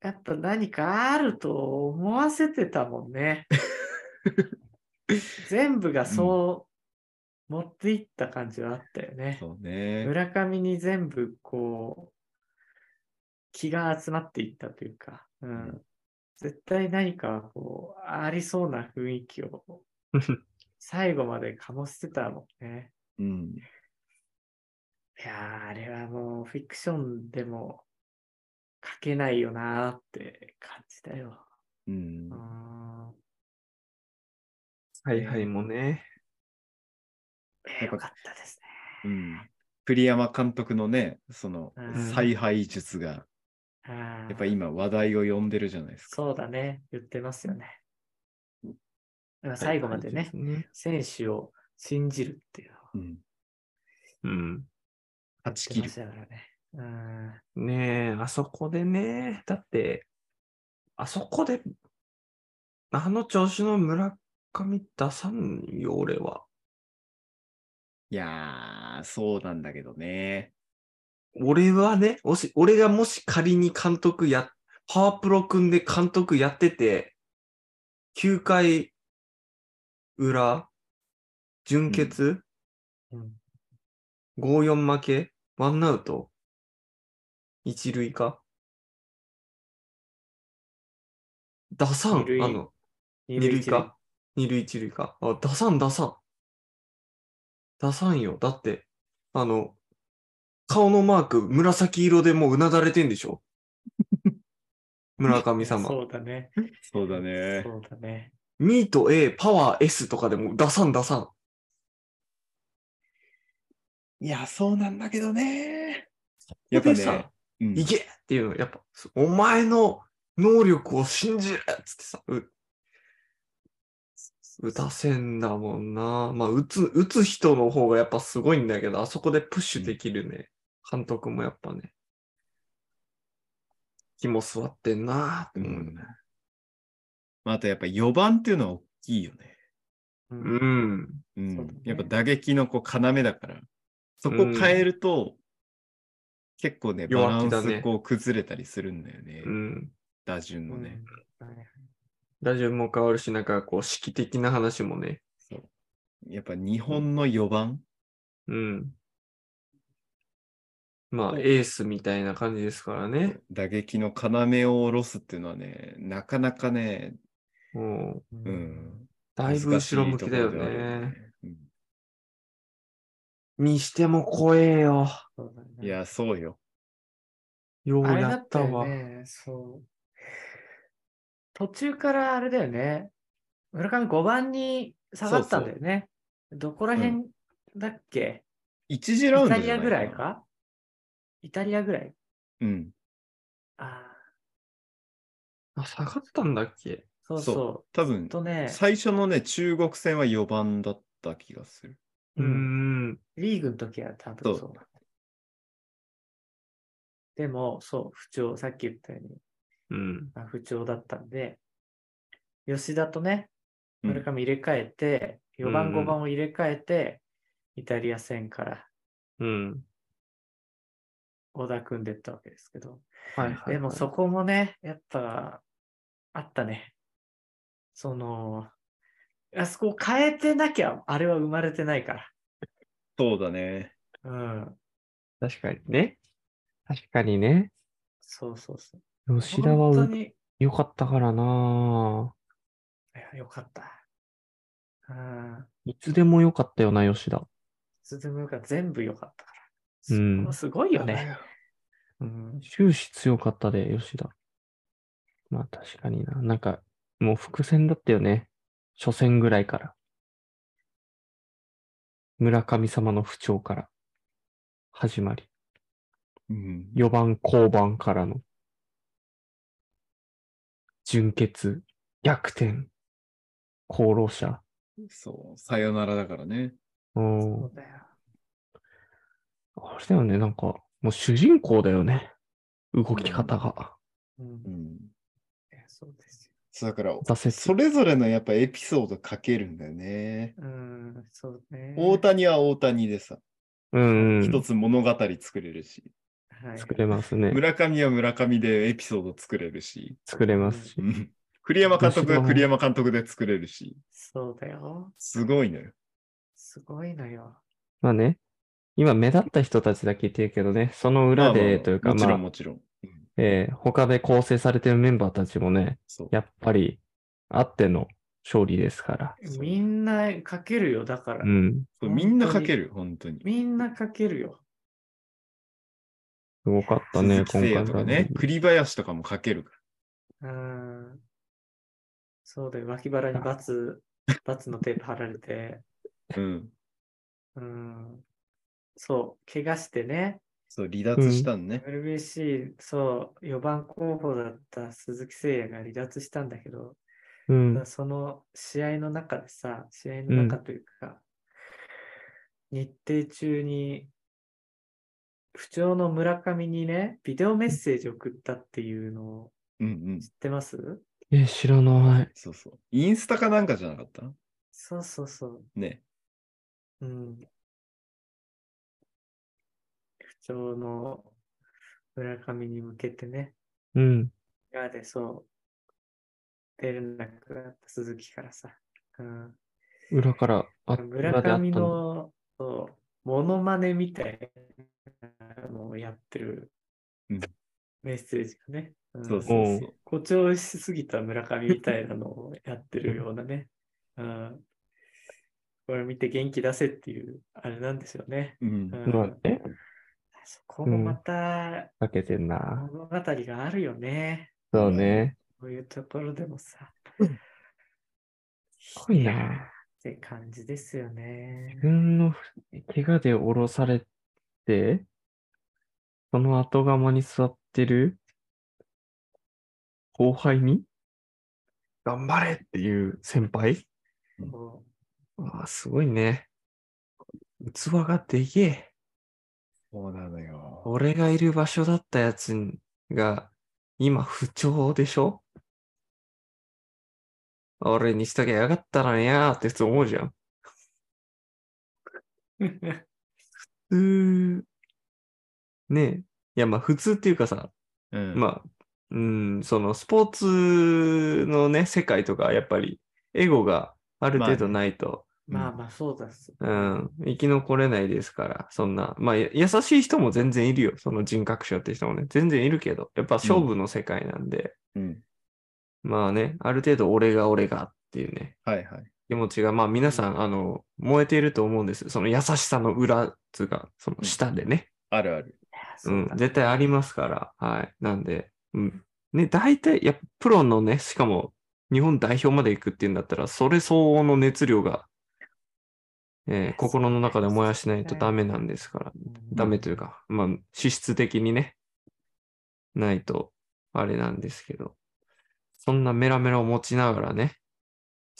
[SPEAKER 3] やっぱ何かあると思わせてたもんね。 全部がそう持っていった感じはあったよね。
[SPEAKER 2] そうね。
[SPEAKER 3] 村上に全部こう気が集まっていったというか、うん
[SPEAKER 2] うん
[SPEAKER 3] 絶対何かこうありそうな雰囲気を最後まで醸してたもんね。
[SPEAKER 2] うん。
[SPEAKER 3] いやーあれはもうフィクションでも書けないよなーって感じだよ。
[SPEAKER 2] うん
[SPEAKER 3] うー。ん
[SPEAKER 1] はいはいもね。
[SPEAKER 3] えーよかったです
[SPEAKER 2] うん。栗山監督のね、その
[SPEAKER 3] うん
[SPEAKER 2] 采配術が、
[SPEAKER 3] ね。や
[SPEAKER 2] やっぱ今話題を呼んでるじゃないですか。
[SPEAKER 3] そうだね、言ってますよね。だから最後までね、
[SPEAKER 1] ね。
[SPEAKER 3] 選手を信じるっていうのを
[SPEAKER 2] うん。
[SPEAKER 1] うん。
[SPEAKER 2] 勝ち切る。
[SPEAKER 3] だからね。うん。
[SPEAKER 1] ねえ、あそこでね、だって、あそこで、あの調子の村上出さんよ、俺は。
[SPEAKER 2] いやー、そうなんだけどね。
[SPEAKER 1] 俺はね、もし、俺がもし仮に監督や、パワープロ組んで監督やってて、9回裏、準決、
[SPEAKER 3] うん
[SPEAKER 1] 5-4負け、ワンアウト、一塁か。出さん、
[SPEAKER 3] 二塁
[SPEAKER 1] あの、二塁か。二塁一塁か。あ、出さん出さん。出さんよ。だって、あの、顔のマーク、紫色でもううなだれてんでしょ村
[SPEAKER 3] 一塁
[SPEAKER 1] 上様。
[SPEAKER 3] そうだね。
[SPEAKER 2] そうだね。
[SPEAKER 3] そうだね。
[SPEAKER 1] ミート A、パワー S とかでも出さん出さん。
[SPEAKER 2] いや、そうなんだけどね。
[SPEAKER 1] や
[SPEAKER 2] やっ
[SPEAKER 1] っぱ
[SPEAKER 2] ぱね
[SPEAKER 1] さ、
[SPEAKER 2] うん
[SPEAKER 1] いけっていうの、やっぱ、お前の能力を信じるっつってさ、う打たせんだもんな。まあ、打つ、打つ人の方がやっぱすごいんだけど、あそこでプッシュできるね。監督もやっぱね。肝座ってんなーって思うよね。
[SPEAKER 2] まあ、あとやっぱ4番っていうのは大きいよね。
[SPEAKER 3] う
[SPEAKER 1] うんん。
[SPEAKER 2] うん。
[SPEAKER 3] そうだね
[SPEAKER 2] やっぱ打撃のこう要だから、そこ変えると、結構ね、バ
[SPEAKER 1] 弱
[SPEAKER 2] ラ
[SPEAKER 1] 気
[SPEAKER 2] ン
[SPEAKER 1] だね
[SPEAKER 2] スこう崩れたりするんだよね。
[SPEAKER 1] うん。
[SPEAKER 2] 打順のね。
[SPEAKER 3] うんはい
[SPEAKER 1] 打順も変わるし、なんかこう、指揮的な話もね。
[SPEAKER 2] やっぱ日本の4番、
[SPEAKER 1] うん。ま
[SPEAKER 3] そ
[SPEAKER 1] あ、
[SPEAKER 3] う
[SPEAKER 1] エースみたいな感じですからね。
[SPEAKER 2] 打撃の要を下ろすっていうのはね、なかなかね、
[SPEAKER 1] も
[SPEAKER 2] う
[SPEAKER 3] うん
[SPEAKER 2] ん。
[SPEAKER 1] う、だいぶ後ろ向きだよね。
[SPEAKER 2] うん。
[SPEAKER 1] にしても怖えよ。
[SPEAKER 3] そうだね
[SPEAKER 2] いや、そうよ。
[SPEAKER 1] よう
[SPEAKER 3] あれ
[SPEAKER 1] や
[SPEAKER 3] だ
[SPEAKER 1] っ
[SPEAKER 3] った
[SPEAKER 1] た
[SPEAKER 3] よ
[SPEAKER 1] わ。
[SPEAKER 3] ね、そう。途中からあれだよね。村上5番に下がったんだよね。どこら辺だっけ、
[SPEAKER 2] 1次ラウン
[SPEAKER 3] イ
[SPEAKER 2] ド
[SPEAKER 3] タ
[SPEAKER 2] じ
[SPEAKER 3] リ
[SPEAKER 2] ゃ
[SPEAKER 3] ア
[SPEAKER 2] な
[SPEAKER 3] ぐらいかイタリアぐらい
[SPEAKER 2] うん。
[SPEAKER 3] ああ、
[SPEAKER 1] あ、下がったんだっけ
[SPEAKER 3] そうそう。
[SPEAKER 2] そ多分
[SPEAKER 3] あ、とね、
[SPEAKER 2] 最初のね、中国戦は4番だった気がする。
[SPEAKER 1] う
[SPEAKER 3] うん
[SPEAKER 1] ーん。
[SPEAKER 3] リーグの時は多分そうだ。でも、そう、不調、さっき言ったように、
[SPEAKER 1] うん。
[SPEAKER 3] まあ不調だったんで、吉田とね、
[SPEAKER 2] うん
[SPEAKER 3] 村上入れ替えて、4
[SPEAKER 1] う
[SPEAKER 3] 番、
[SPEAKER 1] んうん
[SPEAKER 3] 5番を入れ替えて、イタリア戦から
[SPEAKER 1] うん。
[SPEAKER 3] 小田組んでったわけですけど、
[SPEAKER 1] はいはい、はい。
[SPEAKER 3] でもそこもね、やっぱ、あったね。その、あそこを変えてなきゃ、あれは生まれてないか
[SPEAKER 2] そうだね。
[SPEAKER 3] ら。うん。
[SPEAKER 1] 確かにね。確かにね。
[SPEAKER 3] そうそうそう。
[SPEAKER 1] 吉田は
[SPEAKER 3] 本当
[SPEAKER 1] う
[SPEAKER 3] に
[SPEAKER 1] 良かったからない
[SPEAKER 3] やよかった。うん。
[SPEAKER 1] いつでも良かったよな、吉田。
[SPEAKER 3] 鈴村が全部良かったから。
[SPEAKER 1] うん
[SPEAKER 3] すすごいよね。うん。
[SPEAKER 1] 終始強かったで、吉田。まあ確かにな。なんか、もう伏線だったよね。初戦ぐらいから。村神様の不調から。始まり。
[SPEAKER 2] うん。
[SPEAKER 1] 4番降板からの。準決、逆転、功労者。
[SPEAKER 2] そう。さよならだからね。
[SPEAKER 1] うん
[SPEAKER 3] そうだよ。
[SPEAKER 1] あれだよね、なんか、もう主人公だよね。動き方が。
[SPEAKER 3] うん
[SPEAKER 2] う。ん。
[SPEAKER 3] いやそうです
[SPEAKER 2] そうだから、
[SPEAKER 1] 挫
[SPEAKER 2] そ
[SPEAKER 1] 折。
[SPEAKER 2] れぞれのやっぱエピソードかけるんだよね。
[SPEAKER 3] よ。うん。そうね。
[SPEAKER 2] 大谷は大谷でさ、
[SPEAKER 1] うん、う
[SPEAKER 2] 一
[SPEAKER 1] ん。
[SPEAKER 2] つ物語作れるし、
[SPEAKER 3] はい、
[SPEAKER 1] 作れますね。
[SPEAKER 2] 村上は村上でエピソード作れるし、
[SPEAKER 1] 作れますし。
[SPEAKER 2] うん栗山監督は栗山監督で作れるし、
[SPEAKER 3] そうだよ。
[SPEAKER 2] すごいのよ。
[SPEAKER 3] すごいのよ。
[SPEAKER 1] まあね、今目立った人たちだけ言ってるけどね、その裏
[SPEAKER 2] まあま
[SPEAKER 1] で
[SPEAKER 2] あ
[SPEAKER 1] というか、
[SPEAKER 2] もち
[SPEAKER 1] ま
[SPEAKER 2] ろ
[SPEAKER 1] あ
[SPEAKER 2] ん、もちろん。うん
[SPEAKER 1] えー他で構成されてるメンバーたちもね、
[SPEAKER 2] そう。
[SPEAKER 1] やっぱりあっての勝利ですから。
[SPEAKER 2] そう
[SPEAKER 3] みんな書けるよ。だから、
[SPEAKER 1] うん、
[SPEAKER 2] そうみんなかける、本当に。
[SPEAKER 3] みんな書けるよ。
[SPEAKER 1] すごかったね、今
[SPEAKER 2] 鈴木誠
[SPEAKER 1] 回
[SPEAKER 2] 也
[SPEAKER 1] の
[SPEAKER 2] とかね、栗林とかもかけるか
[SPEAKER 3] うん。そうだよ。脇腹にバ ツ、バツのテープ貼られて。
[SPEAKER 2] ら。うん。
[SPEAKER 3] うん。そう。怪我してね。
[SPEAKER 2] そう、離脱したんね。
[SPEAKER 3] WBC、そう、4番候補だった鈴木誠也が離脱したんだけど、
[SPEAKER 1] うん、
[SPEAKER 3] その試合の中でさ、試合の中というか、日程中に、不調の村上にね、ビデオメッセージ送ったっていうのを
[SPEAKER 2] うんうん
[SPEAKER 3] 知っ。てます
[SPEAKER 1] え、知らない。
[SPEAKER 2] そうそう。インスタかなんかじゃなかった
[SPEAKER 3] そうそうそ
[SPEAKER 2] ね。
[SPEAKER 3] う。うん。不調の村上に向けてね、
[SPEAKER 1] うん、
[SPEAKER 3] 怪我でそう、出れなくなった鈴木からさ、うん、
[SPEAKER 1] 裏から、あ、裏
[SPEAKER 3] 村
[SPEAKER 1] であったん
[SPEAKER 3] 上
[SPEAKER 1] だ。
[SPEAKER 3] のそうモノマネみたいなのをやってる
[SPEAKER 2] うん
[SPEAKER 3] メッセージがね、うん
[SPEAKER 2] そうそうそう。
[SPEAKER 3] 誇張しすぎた村上みたいなのをやってるようなね、うん、これ見て元気出せっていうあれなんですよね。
[SPEAKER 2] うん
[SPEAKER 3] う。
[SPEAKER 1] ま
[SPEAKER 3] ん、
[SPEAKER 1] あね、
[SPEAKER 3] そこもまた
[SPEAKER 1] かけてんな。
[SPEAKER 3] 物語があるよね。
[SPEAKER 1] そうね。
[SPEAKER 3] こういうところでもさ。
[SPEAKER 1] すごい
[SPEAKER 3] やーっ
[SPEAKER 1] な。
[SPEAKER 3] て感じですよね
[SPEAKER 1] 自。分の怪我で降ろされて、その後釜に座ってる後輩に、頑張れっていう先輩
[SPEAKER 3] こ
[SPEAKER 1] ああ、すごいね。器がでけえ。
[SPEAKER 2] そうなのよ。
[SPEAKER 1] 俺がいる場所だったやつが、今不調でしょ俺にしときゃよかったのにやーって普通思うじゃん。
[SPEAKER 3] う
[SPEAKER 1] 普通、ねえ。いや、まあ普通っていうかさ、
[SPEAKER 2] うん
[SPEAKER 1] まあ、うん、そのスポーツのね、世界とか、やっぱり、エゴがある程度ないと、
[SPEAKER 3] まあまあ、そうだっす。
[SPEAKER 1] うん、生き残れないですから、そんな、まあ、や優しい人も全然いるよ、その人格者って人もね、全然いるけど、やっぱ勝負の世界なんで、
[SPEAKER 2] うん。
[SPEAKER 1] まあね、ある程度俺が俺がっていうね、
[SPEAKER 2] はいはい。
[SPEAKER 1] 気持ちが、まあ皆さん、あの、燃えていると思うんです。その優しさの裏っつうか、その下でね、
[SPEAKER 2] あるある。
[SPEAKER 3] いやそううんだ、
[SPEAKER 1] 絶対ありますから、はい。なんで、うん。ね、大体、いや、プロのね、しかも、日本代表まで行くっていうんだったら、それ相応の熱量が、えー心の中で燃やしないとダメなんですから、
[SPEAKER 3] うん
[SPEAKER 1] ダメというか、まあ、資質的にね、ないと、あれなんですけど、そんなメラメラを持ちながらね、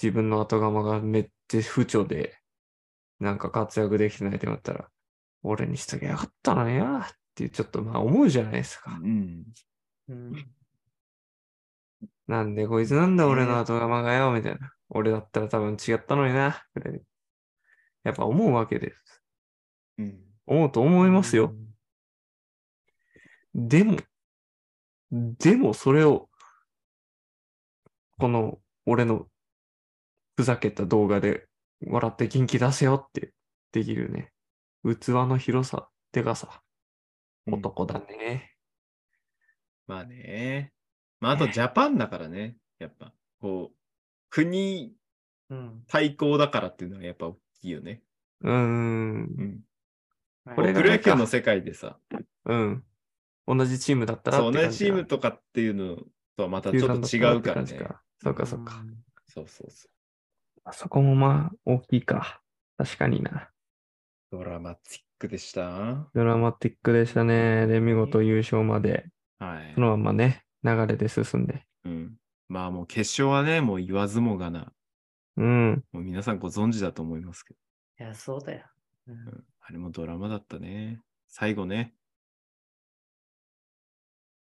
[SPEAKER 1] 自分の後釜がめっちゃ不調で、なんか活躍できてないってなったら、俺にしときゃよかったのになっていうちょっとまあ思うじゃないですか。
[SPEAKER 2] うん。
[SPEAKER 3] うん
[SPEAKER 1] なんでこいつなんだ
[SPEAKER 2] ね
[SPEAKER 1] 俺の後釜がよ、みたいな。俺だったら多分違ったのにな、ぐらいにやっぱ思うわけです。
[SPEAKER 2] うん。
[SPEAKER 1] 思うと思いますよ。。でも、でもそれを、この俺のふざけた動画で笑って元気出せよってできるね。器の広さ、でかさ、
[SPEAKER 2] うん
[SPEAKER 1] 男だね。
[SPEAKER 2] まあね。まあ、あとジャパンだからね。やっぱ、こう、国
[SPEAKER 3] うん。
[SPEAKER 2] 対抗だからっていうのはやっぱ大きいよね。
[SPEAKER 1] うーん。
[SPEAKER 2] うん。
[SPEAKER 3] はい
[SPEAKER 1] これが
[SPEAKER 2] プロ野球の世界でさ、
[SPEAKER 1] うん。同じチームだったら
[SPEAKER 2] そう、
[SPEAKER 1] って
[SPEAKER 2] 同
[SPEAKER 1] 感
[SPEAKER 2] じ
[SPEAKER 1] じ
[SPEAKER 2] チ
[SPEAKER 1] だ
[SPEAKER 2] ームとかっていうのとはまたちょっと違うからね
[SPEAKER 1] 球団だったらって感じ。そうかそうか。。
[SPEAKER 2] そうそうそ
[SPEAKER 1] あそこもまあ大きいか。確かにな。
[SPEAKER 2] う。ドラマティックでした。は
[SPEAKER 1] ドラマティックでしたね。で、見事優勝まで、
[SPEAKER 2] い
[SPEAKER 1] そ。のままね、流れで進んで。
[SPEAKER 2] うん。まあもう決勝はね、もう言わずもがな。
[SPEAKER 1] うん。
[SPEAKER 2] もう皆さんご存知だと思いますけど。
[SPEAKER 3] いや、そうだよ。うん
[SPEAKER 2] うんあれもドラマだったね。最後ね。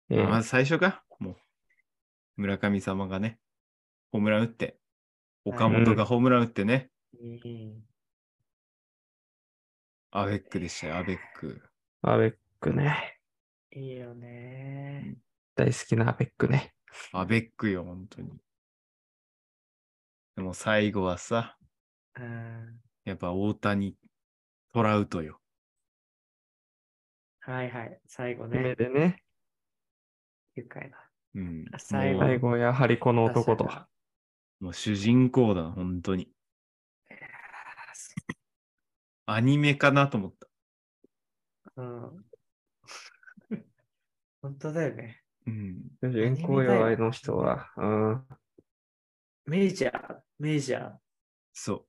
[SPEAKER 1] ええ
[SPEAKER 2] まず最初か。もう、村上様がね、ホームラン打って、岡本がホームラン打ってね、
[SPEAKER 3] うん
[SPEAKER 2] アベックでしたよ、アベック。
[SPEAKER 1] アベックね。
[SPEAKER 3] いいよね。
[SPEAKER 1] 大好きなアベックね。
[SPEAKER 2] アベックよ、本当に。でも最後はさ、
[SPEAKER 3] うん。
[SPEAKER 2] やっぱ大谷、トラウトよ。
[SPEAKER 3] はいはい。最後
[SPEAKER 1] 夢
[SPEAKER 3] ね。
[SPEAKER 1] でね、
[SPEAKER 3] 愉快な。
[SPEAKER 2] うん。
[SPEAKER 3] 最
[SPEAKER 2] も
[SPEAKER 1] 最
[SPEAKER 2] う
[SPEAKER 1] 後やはりこの男と
[SPEAKER 3] 確。か
[SPEAKER 2] もう主人公だ、本当に。アニメかなと思った。
[SPEAKER 3] うん。 本当だよね。
[SPEAKER 2] うん。
[SPEAKER 1] 人工よ、あの人は。うん。
[SPEAKER 3] メジャー、メジャー。
[SPEAKER 2] そ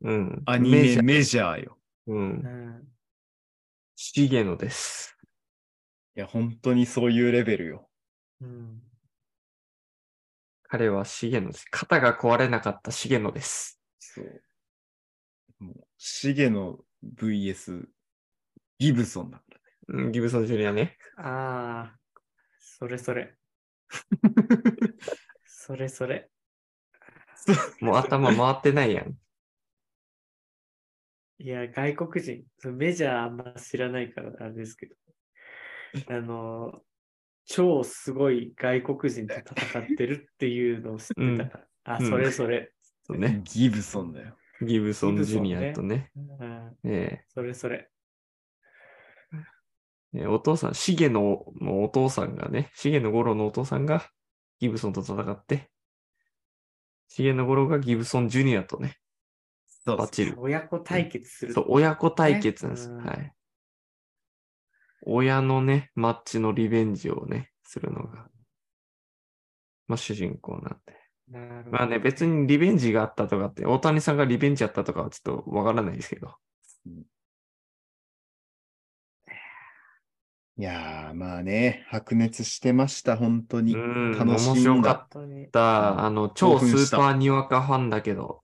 [SPEAKER 2] う。
[SPEAKER 1] うん。
[SPEAKER 2] アニ
[SPEAKER 1] メジャ
[SPEAKER 2] メ
[SPEAKER 1] ー
[SPEAKER 2] メジャーよ。
[SPEAKER 1] うん
[SPEAKER 3] う。ん。
[SPEAKER 1] 重野です。
[SPEAKER 2] いや、本当にそういうレベルよ。
[SPEAKER 3] うん。
[SPEAKER 1] 彼は重野です。肩が壊れなかった重野です。
[SPEAKER 2] そう。もう、シゲの VS ギブソンだか
[SPEAKER 1] うん、ギブソン・ジュニアね。
[SPEAKER 3] ああ、それ それ。それそれ。
[SPEAKER 2] らね。
[SPEAKER 1] もう頭回ってないやん。
[SPEAKER 3] いや、外国人、そのメジャーあんま知らないからあれですけど、あの、超すごい外国人と戦ってるっていうのを知ってたから、
[SPEAKER 1] うん
[SPEAKER 3] あ、それそれ、
[SPEAKER 1] そうね。
[SPEAKER 2] ギブソンだよ。
[SPEAKER 1] ギブソン・ジュニアとね。
[SPEAKER 3] うん、
[SPEAKER 1] え
[SPEAKER 3] それそれ。
[SPEAKER 1] えええお父さん、重野のお父さんがね、重野五郎のお父さんがギブソンと戦って、重野五郎がギブソン・ジュニアとね、
[SPEAKER 2] そう
[SPEAKER 1] バッチリ。
[SPEAKER 3] 親子対決する。
[SPEAKER 1] そう、親子対決なんです。
[SPEAKER 3] ねうん
[SPEAKER 1] はい。親のね、マッチのリベンジをね、するのが、まあ主人公なんで。
[SPEAKER 3] なるほど
[SPEAKER 1] まあね、別にリベンジがあったとかって、大谷さんがリベンジやったとかはちょっとわからないですけど。
[SPEAKER 2] いやー、まあね、白熱してました、本当に。
[SPEAKER 1] うん
[SPEAKER 2] 楽し
[SPEAKER 1] 面
[SPEAKER 2] ん
[SPEAKER 1] 白か
[SPEAKER 2] だ
[SPEAKER 1] っ
[SPEAKER 3] 本当に。
[SPEAKER 1] た、あの、超
[SPEAKER 2] 興奮
[SPEAKER 1] ス
[SPEAKER 2] した
[SPEAKER 1] ーパーにわかファンだけど、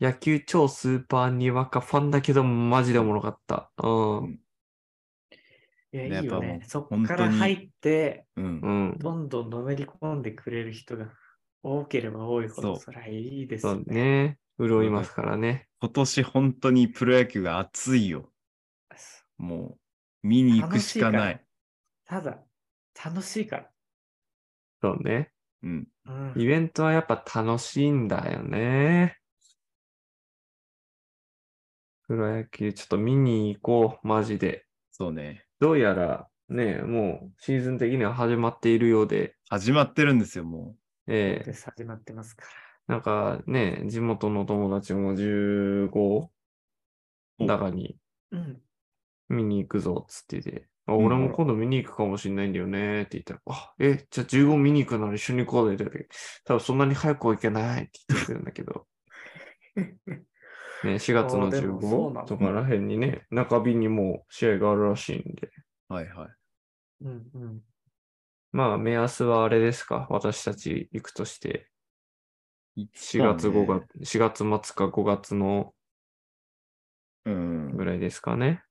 [SPEAKER 1] 野球超スーパーにわかファンだけど、マジでおもろかった。うん。
[SPEAKER 3] いや、
[SPEAKER 2] ねやっ
[SPEAKER 3] いい
[SPEAKER 2] ぱ
[SPEAKER 3] よ
[SPEAKER 2] もう
[SPEAKER 3] ね。そ
[SPEAKER 2] 本
[SPEAKER 3] っ
[SPEAKER 2] 当
[SPEAKER 3] か
[SPEAKER 2] に
[SPEAKER 3] ら入って、
[SPEAKER 2] うん
[SPEAKER 1] う。ん。
[SPEAKER 3] どんどんのめり込んでくれる人が多ければ多いほど、
[SPEAKER 2] そう
[SPEAKER 3] そりゃいいです
[SPEAKER 1] そ
[SPEAKER 3] よ
[SPEAKER 1] う
[SPEAKER 3] ね。
[SPEAKER 1] ね。潤いますからね。
[SPEAKER 2] 今年本当にプロ野球が熱いよ。もう、見に行くしかない。
[SPEAKER 3] ただ、楽しいから。
[SPEAKER 1] そうね。
[SPEAKER 2] うん。
[SPEAKER 3] うん
[SPEAKER 1] イベントはやっぱ楽しいんだよね。プロ野球、ちょっと見に行こう、マジで。
[SPEAKER 2] そうね。
[SPEAKER 1] どうやら、ね、もうシーズン的には始まっているようで、
[SPEAKER 2] 始まってるんですよ、も
[SPEAKER 1] ええ
[SPEAKER 3] です始まってますから。
[SPEAKER 1] なんかね、地元の友達も15
[SPEAKER 2] う。
[SPEAKER 1] だかに
[SPEAKER 3] うん。
[SPEAKER 1] 見に行くぞっつってて、あ
[SPEAKER 2] ん
[SPEAKER 1] 俺も今度見に行くかもしれないんだよねって言ったら、あ、え、じゃあ15見に行くなら一緒に行こうでって、多分そんなに早くは行けないって言ってくるんだけど、 ね、4月の
[SPEAKER 3] あでもそうな
[SPEAKER 1] 15
[SPEAKER 3] の
[SPEAKER 1] とから辺にね、中日にもう試合があるらしいんで、
[SPEAKER 2] はいはい。
[SPEAKER 3] うんうん。
[SPEAKER 1] まあ目安はあれですか、私たち行くとして、4月、
[SPEAKER 2] そうね
[SPEAKER 1] 5月、4月末か5月の
[SPEAKER 2] うん。
[SPEAKER 1] ぐらいですかね。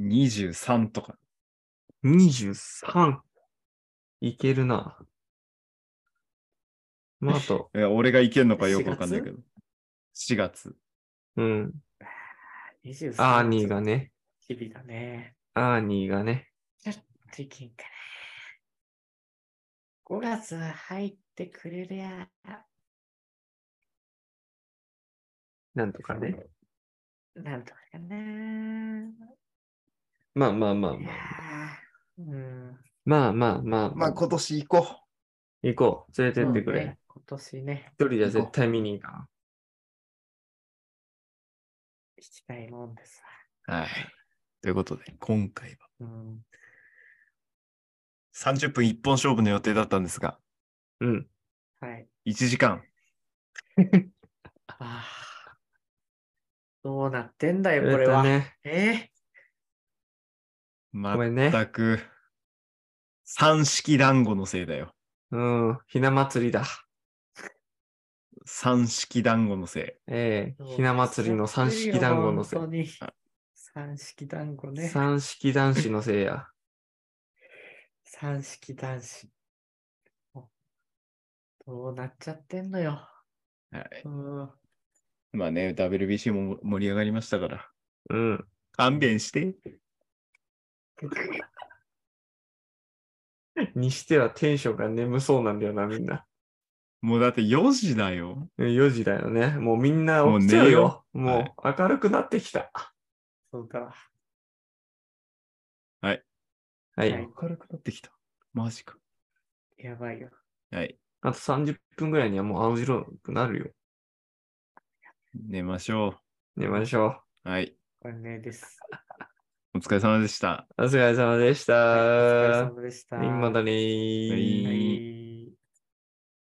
[SPEAKER 2] 23とか。
[SPEAKER 1] 23! いけるな。まあ、あと、
[SPEAKER 2] え俺が行けるのかよくわかんないけど。4月。
[SPEAKER 1] うん。
[SPEAKER 3] 23
[SPEAKER 1] アーニーがね、
[SPEAKER 3] 日々だね。
[SPEAKER 1] アーニーがね、
[SPEAKER 3] ちょっといけんかな。5月入ってくれりゃ、
[SPEAKER 1] なんとかね。
[SPEAKER 3] なんとかかな。
[SPEAKER 1] まあまあまあ
[SPEAKER 3] い
[SPEAKER 1] ま
[SPEAKER 3] や
[SPEAKER 1] あ。
[SPEAKER 3] ーうん。
[SPEAKER 1] まあまあまあ、まあ、
[SPEAKER 2] 今年行こ
[SPEAKER 1] 行こう。連れてってく
[SPEAKER 3] そう
[SPEAKER 1] れ
[SPEAKER 3] ね。今年ね、
[SPEAKER 1] 一人じゃ絶対見に行かん。
[SPEAKER 3] 行きたいもんです
[SPEAKER 2] う。はい。ということで、今回は
[SPEAKER 3] わ。うん。
[SPEAKER 2] 30分一本勝負の予定だったんですが、
[SPEAKER 1] うん。
[SPEAKER 3] はい。
[SPEAKER 2] 1時間。
[SPEAKER 3] ああ。どうなってんだよ、こ
[SPEAKER 1] や
[SPEAKER 3] れ
[SPEAKER 1] った
[SPEAKER 3] は。
[SPEAKER 1] ね。
[SPEAKER 3] え
[SPEAKER 1] ごめ
[SPEAKER 2] 全
[SPEAKER 1] んね。
[SPEAKER 2] く、三式団子のせいだよ。
[SPEAKER 1] うん。ひな祭りだ。
[SPEAKER 2] 三式団子のせ
[SPEAKER 1] ええ
[SPEAKER 3] ー
[SPEAKER 1] ひな祭りの三式団子のせい
[SPEAKER 3] 本当。に
[SPEAKER 2] あ
[SPEAKER 3] 三式団子ね。
[SPEAKER 1] 三式男子のせいや。
[SPEAKER 3] 三式男子。もうどうなっちゃってんのよ。
[SPEAKER 2] い。はい。
[SPEAKER 3] うん。
[SPEAKER 2] まあね、WBC も盛り上がりましたから、
[SPEAKER 1] うん。
[SPEAKER 2] 勘弁して。
[SPEAKER 1] にしてはテンションが眠そうなんだよな、みんな。
[SPEAKER 2] もうだって4時だよ。
[SPEAKER 1] 4時だよね。もうみんな
[SPEAKER 2] もう
[SPEAKER 1] 起きちゃうよ。もう
[SPEAKER 2] よう
[SPEAKER 1] 明るくなってきた。
[SPEAKER 3] そうだわ。
[SPEAKER 1] はい。
[SPEAKER 3] はい
[SPEAKER 2] 明るくなってきた。マジか。
[SPEAKER 3] やばいよ。
[SPEAKER 2] はい。
[SPEAKER 1] あと30分ぐらいにはもう青白くなるよ。
[SPEAKER 2] 寝ましょ
[SPEAKER 1] 寝ましょ
[SPEAKER 2] う。はい。
[SPEAKER 3] これねです。
[SPEAKER 2] お疲れ様でした。
[SPEAKER 1] う。お疲れ様でし
[SPEAKER 3] お疲れ
[SPEAKER 1] た。
[SPEAKER 3] 様でした。
[SPEAKER 1] またねー
[SPEAKER 2] はい
[SPEAKER 3] はい